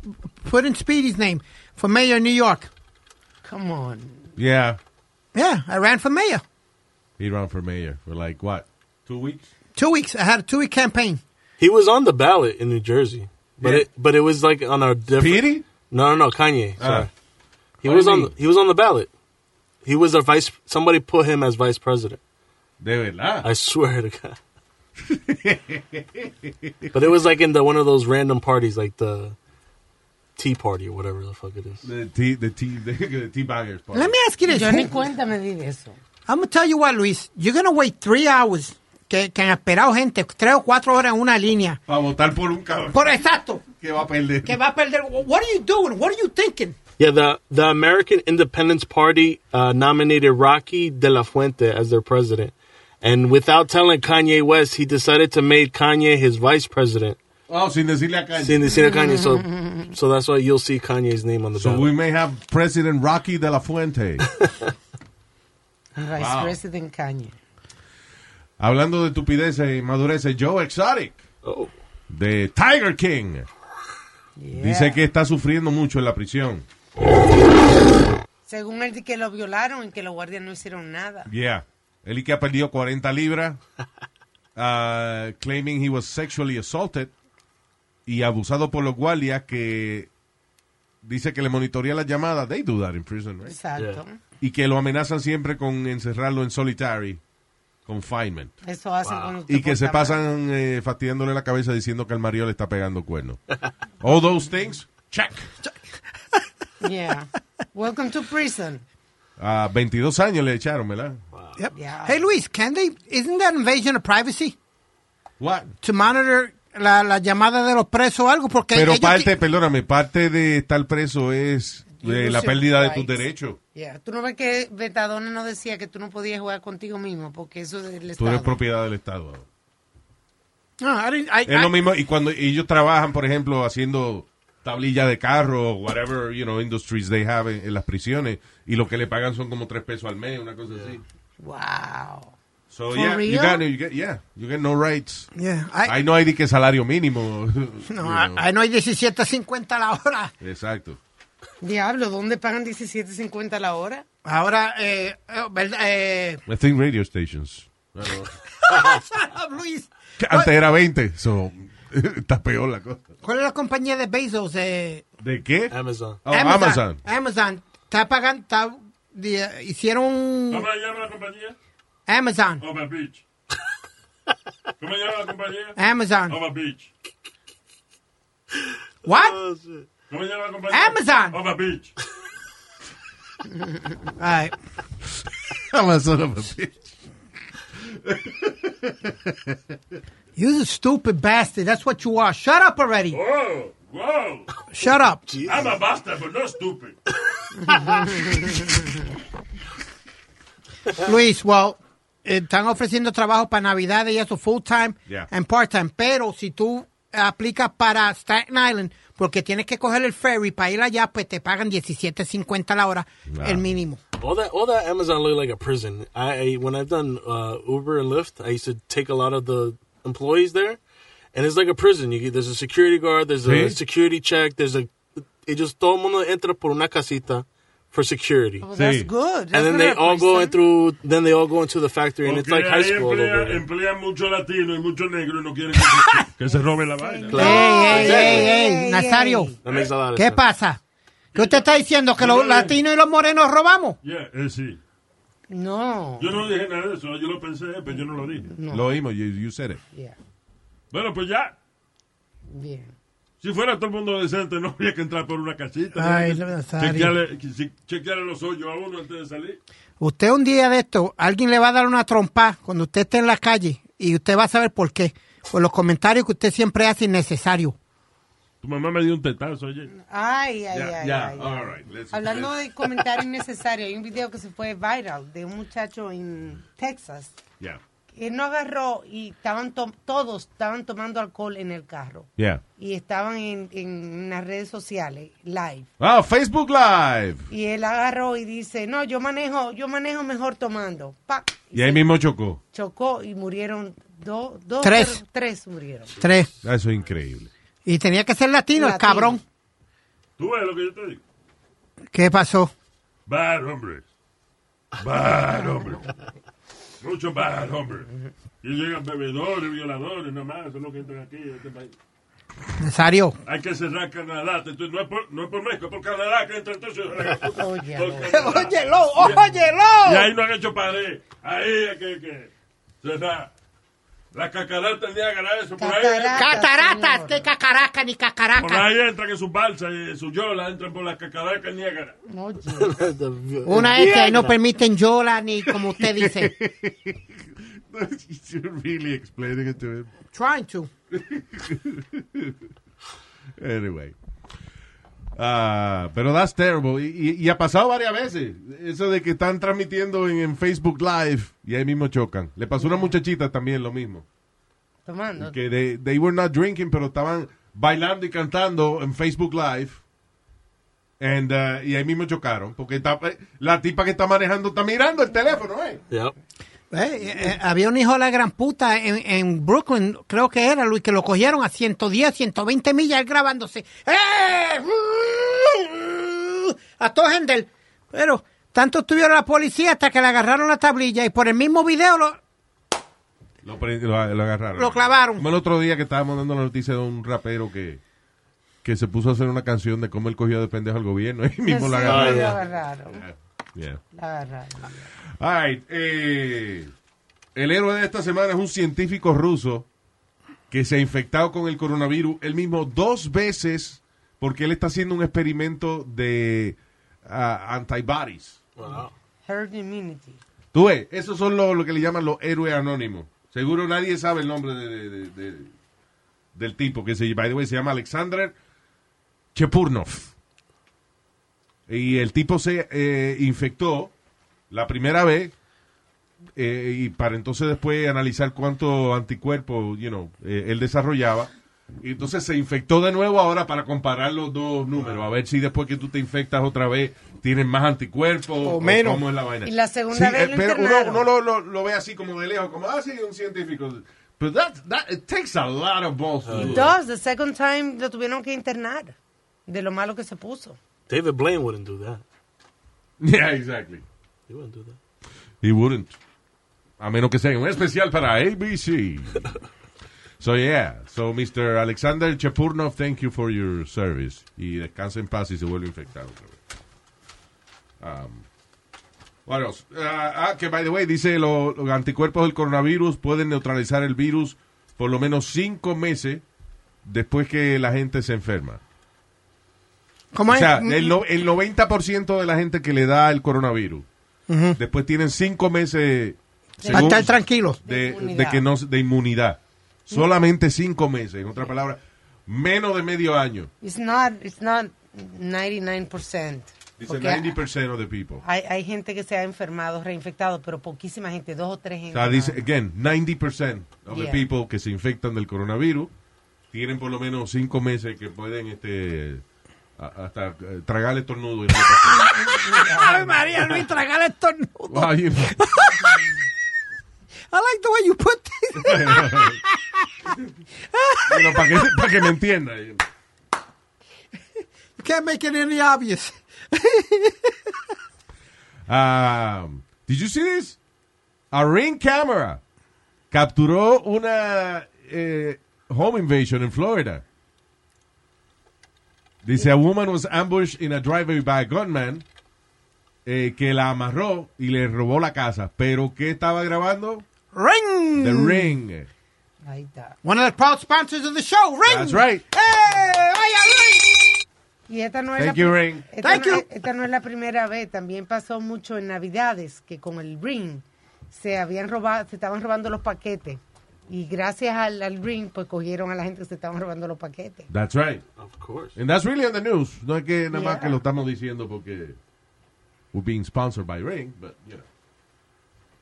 Put in Speedy's name for mayor of New York. Come on. Yeah. Yeah, I ran for mayor. He ran for mayor for like, what, two weeks? Two weeks. I had a two-week campaign. He was on the ballot in New Jersey, but Yeah. it but it was like on a different. Petey? No, no, no, Kanye. Sorry. Ah. he What was do you on mean? the, he was on the ballot. He was a vice. Somebody put him as vice president. De verdad. I swear to God. but it was like in the one of those random parties, like the Tea Party or whatever the fuck it is. The tea, the tea, the, the tea baggers. part. Let me ask you this. Yo ni cuenta me di de eso. I'm gonna tell you what, Luis. You're gonna wait three hours que, que han esperado gente tres o cuatro horas en una línea. Para votar por un cabrón Por exacto. que va a perder. Que va a perder. What are you doing? What are you thinking? Yeah, the the American Independence Party uh, nominated Rocky De La Fuente as their president, and without telling Kanye West, he decided to make Kanye his vice president. Oh, sin decirle a Kanye. Seeing the Kanye, so so that's why you'll see Kanye's name on the So ballot. we may have President Rocky de la Fuente. Vice Wow. President Kanye. Hablando de estupideces y madureces, Joe Exotic, oh, de Tiger King, Yeah. dice que está sufriendo mucho en la prisión. Según él, di que lo violaron y que los guardias no hicieron nada. Yeah. Él y que ha perdido 40 libras, uh, claiming he was sexually assaulted y abusado por los guardias que dice que le monitorea las llamadas. They do that in prison, right? Exacto. Yeah. Y que lo amenazan siempre con encerrarlo en solitary confinement. Eso hacen cuando usted y que se porta mal. pasan eh, fastidiándole la cabeza diciendo que el marido le está pegando cuerno. All those things, check. Yeah. Welcome to prison. A 22 uh, años le echaron, ¿verdad? Yep. Yeah. Hey, Luis, can they? Isn't that invasion of privacy What? to monitor la, la llamada de los presos o algo? Porque Pero este ellos parte, qui- perdóname, parte de estar preso es eh, la Lose your pérdida de tus rights. derechos. Yeah. Tú no ves que Betadona no decía que tú no podías jugar contigo mismo porque eso es el Tú eres Estado. propiedad del Estado. ahora. No, I didn't- I- Es lo I- mismo, y cuando ellos trabajan, por ejemplo, haciendo tablilla de carro, whatever, you know, industries they have en, en las prisiones, y lo que le pagan son como tres pesos al mes, una cosa así. Wow. So, For yeah, you real? got, you get, yeah, you get no rights. Yeah, I- Ahí no hay de que salario mínimo. no, you I- know. I no hay 17.50 a la hora. Exacto. Diablo, ¿dónde pagan 17.50 la hora? Ahora, eh, eh, ¿verdad? Eh, I think radio stations. shut up, Luis. Que Antes era 20, so está peor la cosa. ¿Cuál es la compañía de Bezos? Eh, ¿De qué? Ah. Amazon. Oh, Amazon. Amazon. Está pagando. está- di- hicieron un- ¿Cómo se llama la compañía? Amazon. Over Beach. ¿Cómo se llama la compañía? Amazon. Over Beach. What? ¿Cómo se llama la compañía? Amazon. Over Beach. All right. Amazon of a bitch. You stupid bastard. That's what you are. Shut up already. Oh, wow. Ah, Shut up. I'm a bastard, but not stupid. Luis, well, eh, están ofreciendo trabajo para Navidades y eso full time Yeah. and part time. Pero si tú aplica para Staten Island, porque tienes que coger el ferry para ir allá, pues te pagan 17.50 la hora, el mínimo. All that all that Amazon looked like a prison. I, I when I've done uh, Uber and Lyft, I used to take a lot of the employees there, and it's like a prison. You get, there's a security guard, there's a Sí. security check, there's a. Ellos todo el mundo entra por una casita for security, Well, that's Sí. good. and Oh, That's then not they a all go in prison. through. Then they all go into the factory, and it's like Porque high ahí school over emplea- there. emplean mucho latino y mucho negro y no quieren que se, que se robe la vaina. Claro. Ey, ey, Exactly. ey, ey, Ey, Nazario, ey. That makes a lot of ¿qué sense. pasa? ¿Qué usted está diciendo? ¿Que los latinos y los morenos robamos? Yeah, eh, sí. No. Yo no dije nada de eso, yo lo pensé, pero yo no lo dije. Lo oímos, you, you said it. Yeah. Bueno, pues ya. Bien. Si fuera todo el mundo decente, no habría que entrar por una casita. Ay, ¿no? Nazario. chequearle, che- chequearle los hoyos a uno antes de salir. Usted un día de esto, alguien le va a dar una trompa cuando usted esté en la calle y usted va a saber por qué. Por los comentarios que usted siempre hace innecesarios. Tu mamá me dio un tetazo ayer. Ay, ay, ay. ya, ay, all ay. right, let's- Hablando de comentario innecesario, hay un video que se fue viral de un muchacho en Texas. Yeah. Él no agarró y estaban to- todos estaban tomando alcohol en el carro. Yeah. Y estaban en, en las redes sociales, live. Ah, Facebook Live. Y él agarró y dice, no, yo manejo, yo manejo mejor tomando. Pa, Y ahí mismo chocó. chocó y murieron dos, dos Tres. pero tres murieron. Tres. Eso es increíble. Y tenía que ser latino, el Latino. cabrón. ¿Tú ves lo que yo te digo? ¿Qué pasó? Bad hombre. Bad hombre. Mucho bad hombre. Y llegan bebedores, violadores, nomás, son los que entran aquí en este país. Nazario. Hay que cerrar Canadá. Entonces, no, es por, no es por México, es por Canadá que entra entonces. Oye, Por Canadá. Óyelo, óyelo. Y ahí no han hecho pared. Ahí hay que, que cerrar. La cacarata del Niágara, eso. Por ahí, Cacarata. Cataratas, señor. qué cacaraca ni por cacaraca. ahí entran en sus balsas y en sus yolas, entran por la cacarata del Niágara. Oye. The- Una es que ahí no permiten yola ni como usted dice. You're really explaining it to him. Trying to. Anyway. Ah, pero that's terrible. Y, y- y ha pasado varias veces. Eso de que están transmitiendo en, en Facebook Live y ahí mismo chocan. Le pasó a una muchachita también lo mismo. Tomando. Que they, they were not drinking, pero estaban bailando y cantando en Facebook Live. And, ah, y ahí mismo chocaron. Porque está- eh, la tipa que está manejando está mirando el teléfono, ¿eh? Yep. Eh, eh, había un hijo de la gran puta en, en Brooklyn, creo que era Luis, que lo cogieron a 110, 120 millas él grabándose. ¡Eh! A todo Hendel. Pero tanto estuvieron la policía hasta que le agarraron la tablilla y por el mismo video lo. Lo, pre- lo- lo agarraron. Lo clavaron. Como el otro día que estábamos dando la noticia de un rapero que, que se puso a hacer una canción de cómo él cogió de pendejo al gobierno y mismo Sí, lo la agarraron. agarraron. Yeah. La agarraron. All right, eh, el héroe de esta semana es un científico ruso que se ha infectado con el coronavirus él mismo dos veces porque él está haciendo un experimento de ah, antibodies. Wow. Herd immunity. Tú ves, esos son lo, lo que le llaman los héroes anónimos. Seguro nadie sabe el nombre de, de- de- de- del tipo que se, by the way, se llama Alexander Chepurnov. Y el tipo se eh, infectó la primera vez eh, y para entonces después analizar cuánto anticuerpo, you know, eh, él desarrollaba. Y entonces se infectó de nuevo ahora para comparar los dos números, a ver si después que tú te infectas otra vez tienes más anticuerpos o menos. cómo es la vaina. Y la segunda Sí, vez eh, lo pero uno, internaron. uno lo, lo- lo ve así como de lejos, como, ah, sí, un científico. Pero that, that- it takes a lot of balls to do It that. does. The second time lo tuvieron que internar de lo malo que se puso. David Blaine wouldn't do that. Yeah, exactly. He wouldn't do that. He wouldn't. A menos que sea un especial para ABC. so, yeah. So, Mr. Alexander Chepurnov, thank you for your service. Y descansa en paz y se vuelve infectado otra vez. Um, what else? Ah, ah, que, by the way, dice lo- los anticuerpos del coronavirus pueden neutralizar el virus por lo menos cinco meses después que la gente se enferma. ¿Cómo O es? sea, mm. el, no- el 90% de la gente que le da el coronavirus, Ujú. después tienen cinco meses Para estar tranquilo. de, De inmunidad. Mm. de que no de inmunidad. Solamente cinco meses, en otra palabra, menos de medio año. It's not, it's not 99%. Dice Porque Ah, 90% of the people. hay, hay gente que se ha enfermado, reinfectado, pero poquísima gente, dos o tres O gente. sea, dice, nada más. again, 90% of the Yeah. people que se infectan del coronavirus tienen por lo menos cinco meses que pueden este a- hasta eh, tragar el estornudo. y- Ave María, Luis, tragar estornudo. Ay, I like the way you put this. bueno, para que, para que me entienda. You can't make it any obvious. Um, did you see this? A ring camera capturó una eh, home invasion in Florida. Dice, a woman was ambushed in a driveway by a gunman eh, que la amarró y le robó la casa. Pero ¿qué estaba grabando? Ring. Mm. The Ring. Ahí está. One of the proud sponsors of the show, Ring. That's right. Hey, vaya Ring. Y esta no es Thank la you, Ring. Esta, Thank no, you. esta no es la primera vez, también pasó mucho en Navidades que con el ring se habían robado, se estaban robando los paquetes y gracias al, al ring pues cogieron a la gente que se estaban robando los paquetes. That's right. Of course. And that's really on the news. No es que nada más Yeah. que lo estamos diciendo porque we're being sponsored by Ring, but you know.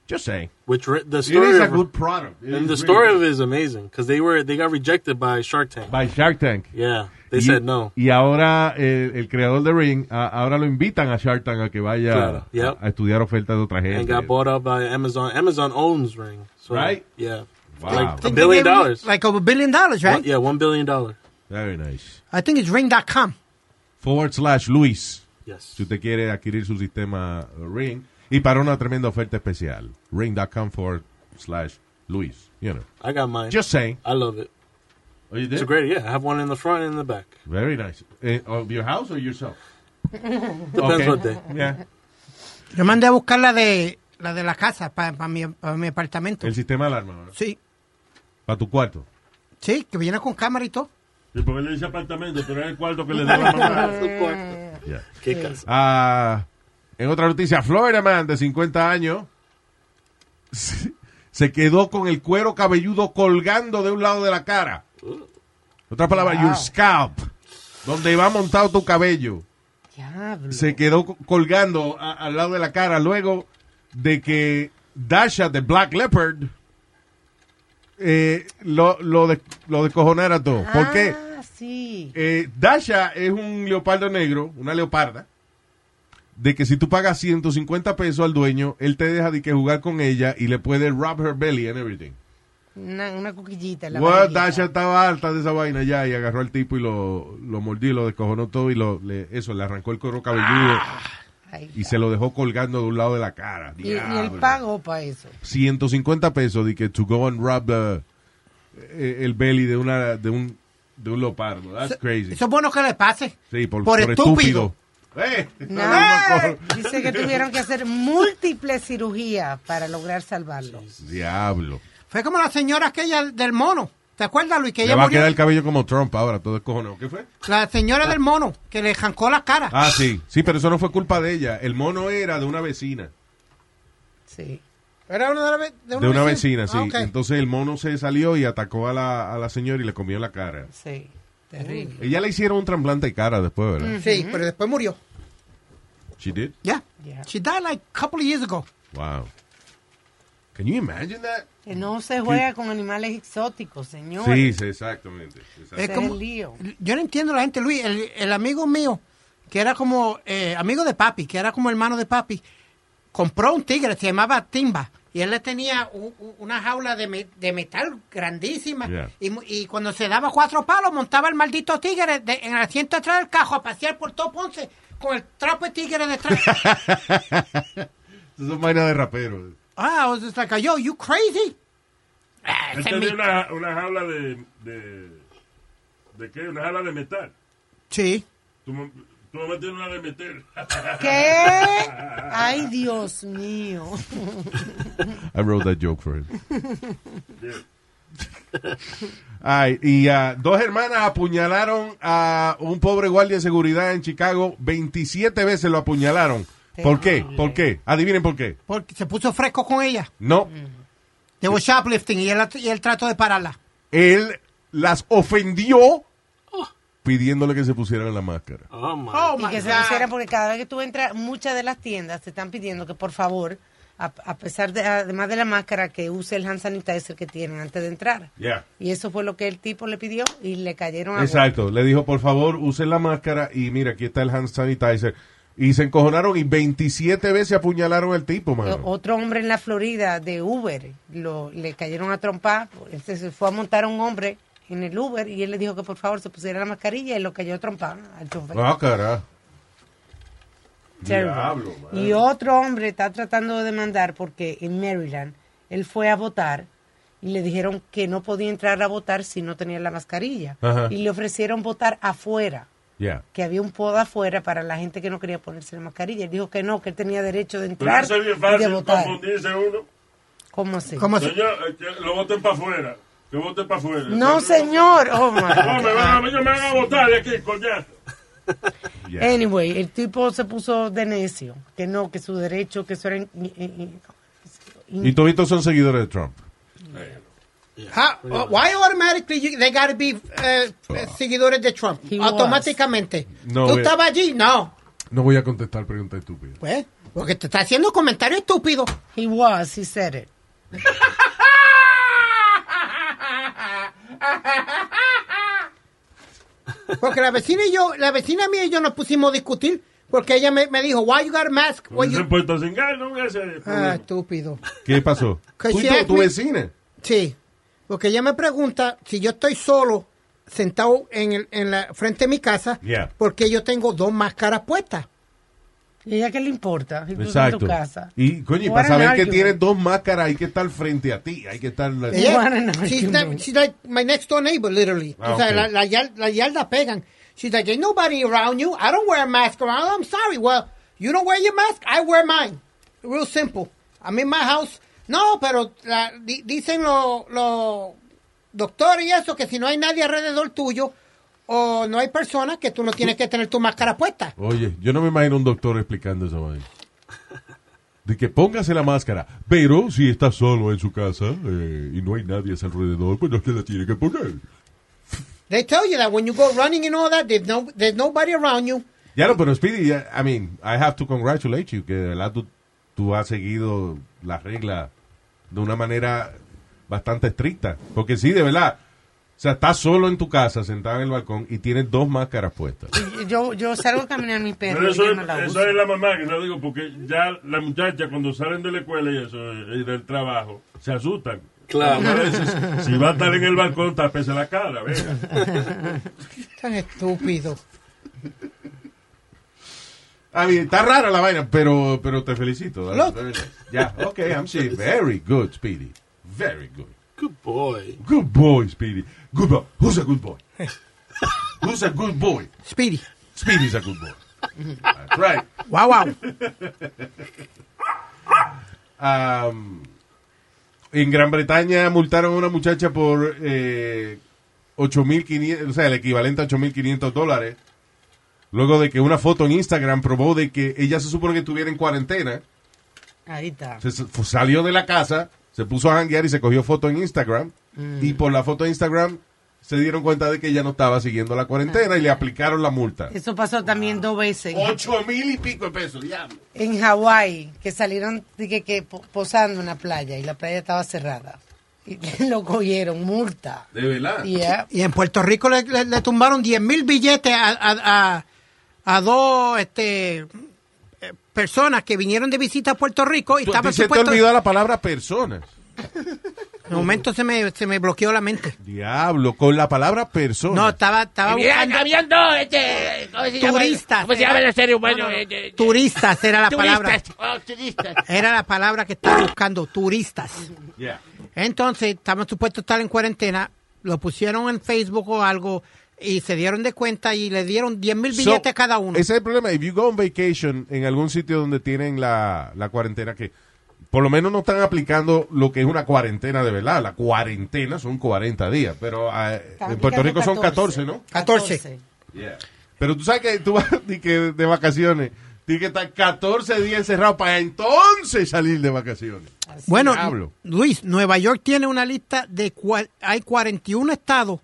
Just saying. Which re- the It is story a of, good product. It and the is story really of it is amazing because they were they got rejected by Shark Tank. by Shark Tank. yeah, they y, said no. Y ahora el, el creador de Ring, a- ahora lo invitan a Shark Tank a que vaya Claro, a- yep. a, estudiar ofertas de otra gente. and got bought up by Amazon. Amazon owns Ring, so, Right? Yeah, Wow. like Ah, a billion dollars. Like over a billion dollars, right? One- yeah, one billion dollars. Very nice. I think it's ring.com. Forward slash Luis, Yes. si usted quiere adquirir su sistema Ring. Y para una tremenda oferta especial, ring.com forward slash Luis. You know. I got mine. Just saying. I love it. Oh, you It's did? a great. Yeah, I have one in the front and in the back. Very nice. Eh, of your house or yourself? Depends Okay. what day. Yeah. Yo mandé a buscar la de la de la casa para mi, pa mi apartamento. El sistema de alarma. Sí, Para tu cuarto. sí, que viene con cámara y todo. Sí, porque le dice apartamento, pero es el cuarto que le da la mamá. Yeah. Qué casa. Ah, en otra noticia, Florida Man de 50 años se- se quedó con el cuero cabelludo colgando de un lado de la cara. Otra palabra, your scalp, donde va montado tu cabello, Diablo. se quedó co- colgando a- al lado de la cara luego de que Dasha de Black Leopard eh, lo, lo, de- lo descojonara todo. ¿Por qué? Ah, sí. Eh, Dasha es un leopardo negro, una leoparda, de que si tú pagas 150 pesos al dueño, él te deja de que jugar con ella y le puede rub her belly and everything. Una, una cuquillita. en la Well, barriguita. Dasha estaba alta de esa vaina ya y agarró al tipo y lo, lo mordió, y lo descojonó todo y lo, le- eso, le arrancó el coro cabelludo Ahí y está. se lo dejó colgando de un lado de la cara. Ah. Y, y él Diablo. pagó para eso. 150 pesos de que to go and rub the- eh, el belly de, una, de, un, de un leopardo. That's crazy. Eso es bueno que le pase. Sí, por, Por por estúpido. estúpido. Eh, No. ¡Eh! Dice que tuvieron que hacer múltiples cirugías para lograr salvarlo. Diablo. Fue como la señora aquella del mono. ¿Te acuerdas, Luis? Que Le ella va a murió. quedar el cabello como Trump ahora, todo cojonado. ¿Qué fue? La señora del mono, que le jancó la cara. Ah, sí. Sí, pero eso no fue culpa de ella. El mono era de una vecina. Sí. Era una de, la ve- De una vecina, sí. Ah, ok. Entonces el mono se salió y atacó a la, a la señora y le comió la cara. Sí. Terrible. Ella le hicieron un trasplante de cara después, ¿verdad? Sí, pero después murió. Mm. She did? Ya. Yeah. She died like a couple of years ago. Wow. Can you imagine that? Que no se juega con animales exóticos, señor. Sí, sí, exactamente. eh. Es Ese exactamente. es como- el lío. Yo no entiendo la gente, Luis. El, el amigo mío, que era como eh, amigo de papi, que era como hermano de papi, compró un tigre, se llamaba Timba. Y él le tenía u- u- una jaula de, me- de metal grandísima. Yeah. Y, mu- y cuando se daba cuatro palos, montaba el maldito tigre de- en el asiento atrás del cajo a pasear por todo Ponce con el trapo de tigre detrás. Eso es vaina de rapero. ah, I was just like, yo, you crazy. Ah, Él ese es mi- tenía una, una jaula de, de. ¿De qué? Una jaula de metal. Sí. Tu, mam- tu mamá tiene una de metal. ¿Qué? Ay, Dios mío. I wrote that joke for him. Ay, y ah, dos hermanas apuñalaron a un pobre guardia de seguridad en Chicago. 27 veces lo apuñalaron. ¿Por qué? ¿Por qué? Adivinen por qué. Porque se puso fresco con ella. No. They were shoplifting y él, y él trató de pararla. Él las ofendió pidiéndole que se pusieran la máscara. Oh my. Oh, Y que se pusieran, porque cada vez que tú entras, muchas de las tiendas te están pidiendo que por favor a, a pesar de, además de la máscara, que use el hand sanitizer que tienen antes de entrar. Yeah. Y eso fue lo que el tipo le pidió y le cayeron a Exacto, le dijo, por favor, usen la máscara y mira, aquí está el hand sanitizer. Y se encojonaron y 27 veces apuñalaron al tipo, golpe. mano. Otro hombre en la Florida de Uber lo, le cayeron a trompar. Este se fue a montar a un hombre en el Uber y él le dijo que por favor se pusiera la mascarilla y lo cayó a trompar al chofer. Ah, carajo. Terrible. Diablo, man. y otro hombre está tratando de demandar porque en Maryland él fue a votar y le dijeron que no podía entrar a votar si no tenía la mascarilla. Ajá. Y le ofrecieron votar afuera, Yeah. que había un poda afuera para la gente que no quería ponerse la mascarilla. Él dijo que no, que él tenía derecho de entrar Eso es bien y de fácil votar. confundirse uno. ¿Cómo así? ¿Cómo se- Señor, eh, que lo voten para afuera. Que voten para afuera. No, señor. Oh, my No, me van, a, God. ellos me van a votar de aquí, coñazo. Yeah. Anyway, el tipo se puso de necio, que no, que su derecho, que eso era... in- in- in- Y todos son seguidores de Trump. How- oh, why automatically you- they gotta be eh, eh, seguidores de Trump? He was. automáticamente. No, ¿Tú eh. estabas allí? No. No voy a contestar preguntas estúpidas. Pues, porque te está haciendo comentario estúpido. He was, he said it. Porque la vecina y yo, la vecina mía y yo nos pusimos a discutir porque ella me, me dijo, why you got a mask? Why Hubiesen you-" puesto sin gas, no hubiese problema. Ah, estúpido. ¿Qué pasó? Que Tú y si tu, es tu mi- vecina. Sí, porque ella me pregunta si yo estoy solo sentado en, el, en la frente de mi casa Yeah. porque yo tengo dos máscaras puestas. ¿Y a qué le importa? Si tú estás en Exacto. tu casa. Y, coño, y What para an saber que argument. tienes dos máscaras hay que estar frente a ti. Hay que estar... Yeah. Yeah. What an She's, argument. not- she's like my next door neighbor, literally. Ah, o sea, okay. la, la, yal- la yarda pegan. She's like, ain't nobody around you. I don't wear a mask around. I'm sorry. Well, you don't wear your mask. I wear mine. Real simple. I'm in my house. No, pero la- di- dicen los lo doctores y eso que si no hay nadie alrededor tuyo o no hay personas que tú no tienes que tener tu máscara puesta. Oye, yo no me imagino un doctor explicando esa vaina. De que póngase la máscara, pero si está solo en su casa eh, y no hay nadie a su alrededor, pues no se la tiene que poner. They tell you that when you go running and all that, there's, no, there's nobody around you. Ya no, pero Speedy, ya- I mean, I have to congratulate you, que de verdad tú, tú has seguido las reglas de una manera bastante estricta. Porque sí, de verdad, o sea, estás solo en tu casa, sentado en el balcón y tienes dos máscaras puestas. Yo, yo salgo a caminar mi perro. Pero y eso, yo es, no la eso uso. es la mamá que yo digo, porque ya las muchachas cuando salen de la escuela y eso, eh, y del trabajo, se asustan. Claro. A veces, si va a estar en el balcón, tapese la cara, venga. Tan estúpido. I mean, está rara la vaina, pero, pero te felicito. No. Ya, ok, I'm saying very good, Speedy. Very good. Good boy. Good boy, Speedy. Good boy. Who's a good boy? Who's a good boy? Speedy. Speedy's a good boy. That's right. Wow, wow. Um, en Gran Bretaña multaron a una muchacha por eh, 8.500, o sea, el equivalente a 8.500 dólares. Luego de que una foto en Instagram probó de que ella se supone que estuviera en cuarentena. Ahí está. se s- fu- salió de la casa, se puso a janguear y se cogió foto en Instagram. Y por la foto de Instagram se dieron cuenta de que ella no estaba siguiendo la cuarentena y le aplicaron la multa. Eso pasó también dos veces. Ocho mil y pico de pesos, diablo. En Hawái, que salieron dije, que, po- posando en la playa y la playa estaba cerrada. Y lo cogieron, multa. De verdad. Yeah. Y en Puerto Rico le, le- le tumbaron 10 mil billetes a, a- a- a dos este, eh, personas que vinieron de visita a Puerto Rico y Tú- a ti estaban se te supuestos. olvidó la palabra personas. De momento se me, se me bloqueó la mente. Diablo, con la palabra No, personas. estaba, estaba buscando Habiendo, este, ¿cómo se llama? turistas. pues ¿Cómo se llama el ser humano? No, no, no. eh, Este, Turistas era la palabra. Turistas. Oh, turistas. Era la palabra que estaba buscando, turistas. Yeah. Entonces, estaban supuestos a estar en cuarentena, lo pusieron en Facebook o algo y se dieron de cuenta y le dieron 10 mil So, billetes a cada uno. Ese es el problema. If you go on vacation en algún sitio donde tienen la, la cuarentena, que por lo menos no están aplicando lo que es una cuarentena de verdad. La cuarentena son 40 días, pero ah, en Puerto Rico son 14, ¿no? 14. Pero tú sabes que tú vas di que de vacaciones, tienes que estar 14 días encerrado para entonces salir de vacaciones. Bueno, Diablo. Luis, Nueva York tiene una lista de cua- hay 41 estados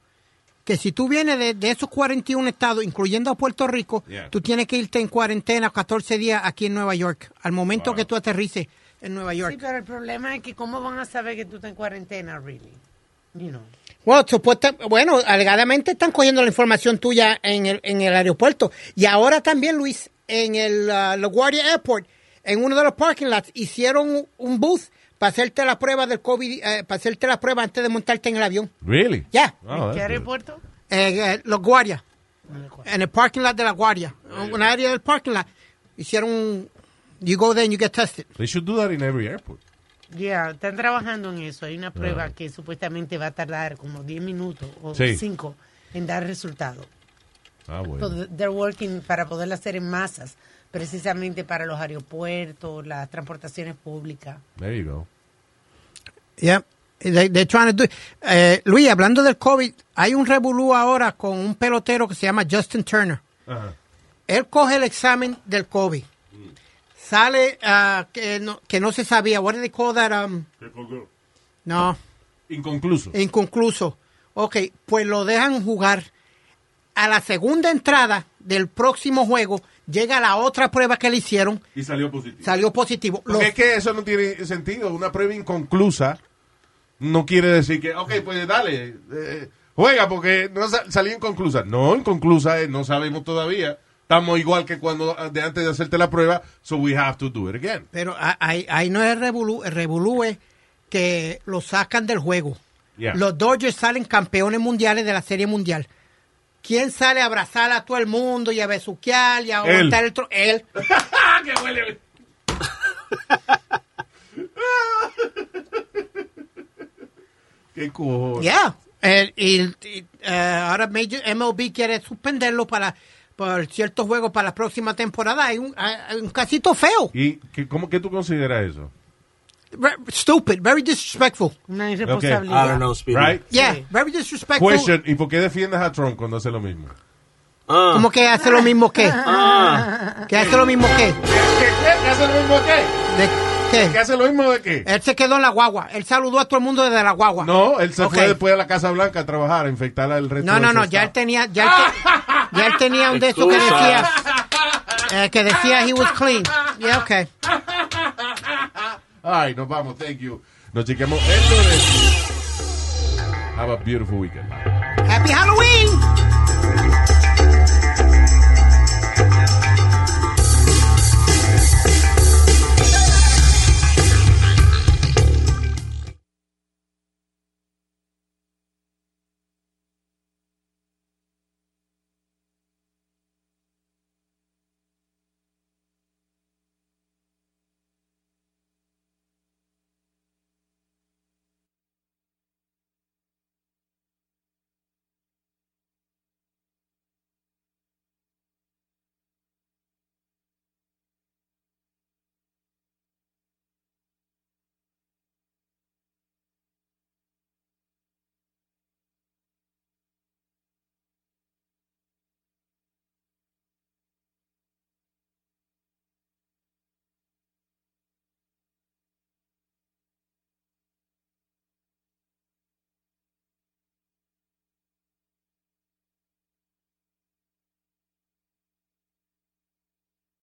que si tú vienes de, de esos 41 estados, incluyendo a Puerto Rico, Yeah. tú tienes que irte en cuarentena 14 días aquí en Nueva York, al momento que tú aterrices. en Nueva York. Sí, pero el problema es que cómo van a saber que tú estás en cuarentena, really. You know. Bueno, supuesta- bueno, alegadamente están cogiendo la información tuya en el, en el aeropuerto. Y ahora también, Luis, en el ah, LaGuardia Airport, en uno de los parking lots, hicieron un- un booth para hacerte la prueba del COVID, eh, para hacerte la prueba antes de montarte en el avión. Really? Yeah. Oh, that's ¿Qué good. aeropuerto? En eh, LaGuardia, en el parking lot de LaGuardia, en un área del parking lot, hicieron un... You go there and you get tested. They should do that in every airport. Yeah, están trabajando en eso. Hay una prueba que supuestamente va a tardar como 10 minutos o Ah. Sí. 5 en dar resultado. Ah, bueno. So they're working para poderla hacer en masas, precisamente para los aeropuertos, las transportaciones públicas. There you go. Yeah. They, they're trying to do it. Eh, Luis, hablando del COVID, hay un revolú ahora con un pelotero que se llama Justin Turner. Él coge el examen del COVID. Sale ah, que, no, que no se sabía. What do they call that? Um, Se colgó. no, Inconcluso. inconcluso. Ok, pues lo dejan jugar. A la segunda entrada del próximo juego llega la otra prueba que le hicieron. Y salió positivo. Salió positivo. Lo- Porque es que eso no tiene sentido. Una prueba inconclusa no quiere decir que, ok, pues dale, eh, juega porque no sa- salí inconclusa. No, inconclusa es, no sabemos todavía. Estamos igual que cuando ah, de antes de hacerte la prueba, so we have to do it again. Pero a- ahí, ahí no es revolú, el revolú es que lo sacan del juego. Yeah. Los Dodgers salen campeones mundiales de la Serie Mundial. ¿Quién sale a abrazar a todo el mundo y a besuquear y a Él. aguantar el tro- Él. Ah, Qué cojones. Yeah. El- el- y, eh, ahora Major MLB quiere suspenderlo para por ciertos juegos para la próxima temporada. Hay un, hay- hay un casito feo. ¿Y qué, cómo, qué tú consideras eso? Re- stupid. Very disrespectful. Una I irresponsabilidad. don't know, Speedy. Right? Yeah. Very disrespectful. Question, ¿y por qué defiendes a Trump cuando hace lo mismo? Uh, ¿Cómo que hace lo mismo que? uh, ¿Que hace lo mismo que? ¿Qué, hace lo mismo de ¿De qué? ¿Qué qué? hace lo mismo de qué? Él se quedó en la guagua. Él saludó a todo el mundo desde la guagua. No, él se Ok. fue después a la Casa Blanca a trabajar, a infectar al resto No, de no, su no, staff. ya él tenía, ya él, te- ya él tenía un de esos que Excusa. decía, eh, que decía he was clean. Yeah, okay. Ay, nos vamos, thank you. Nos chequemos el lunes. Have a beautiful weekend. Bye. Happy Halloween.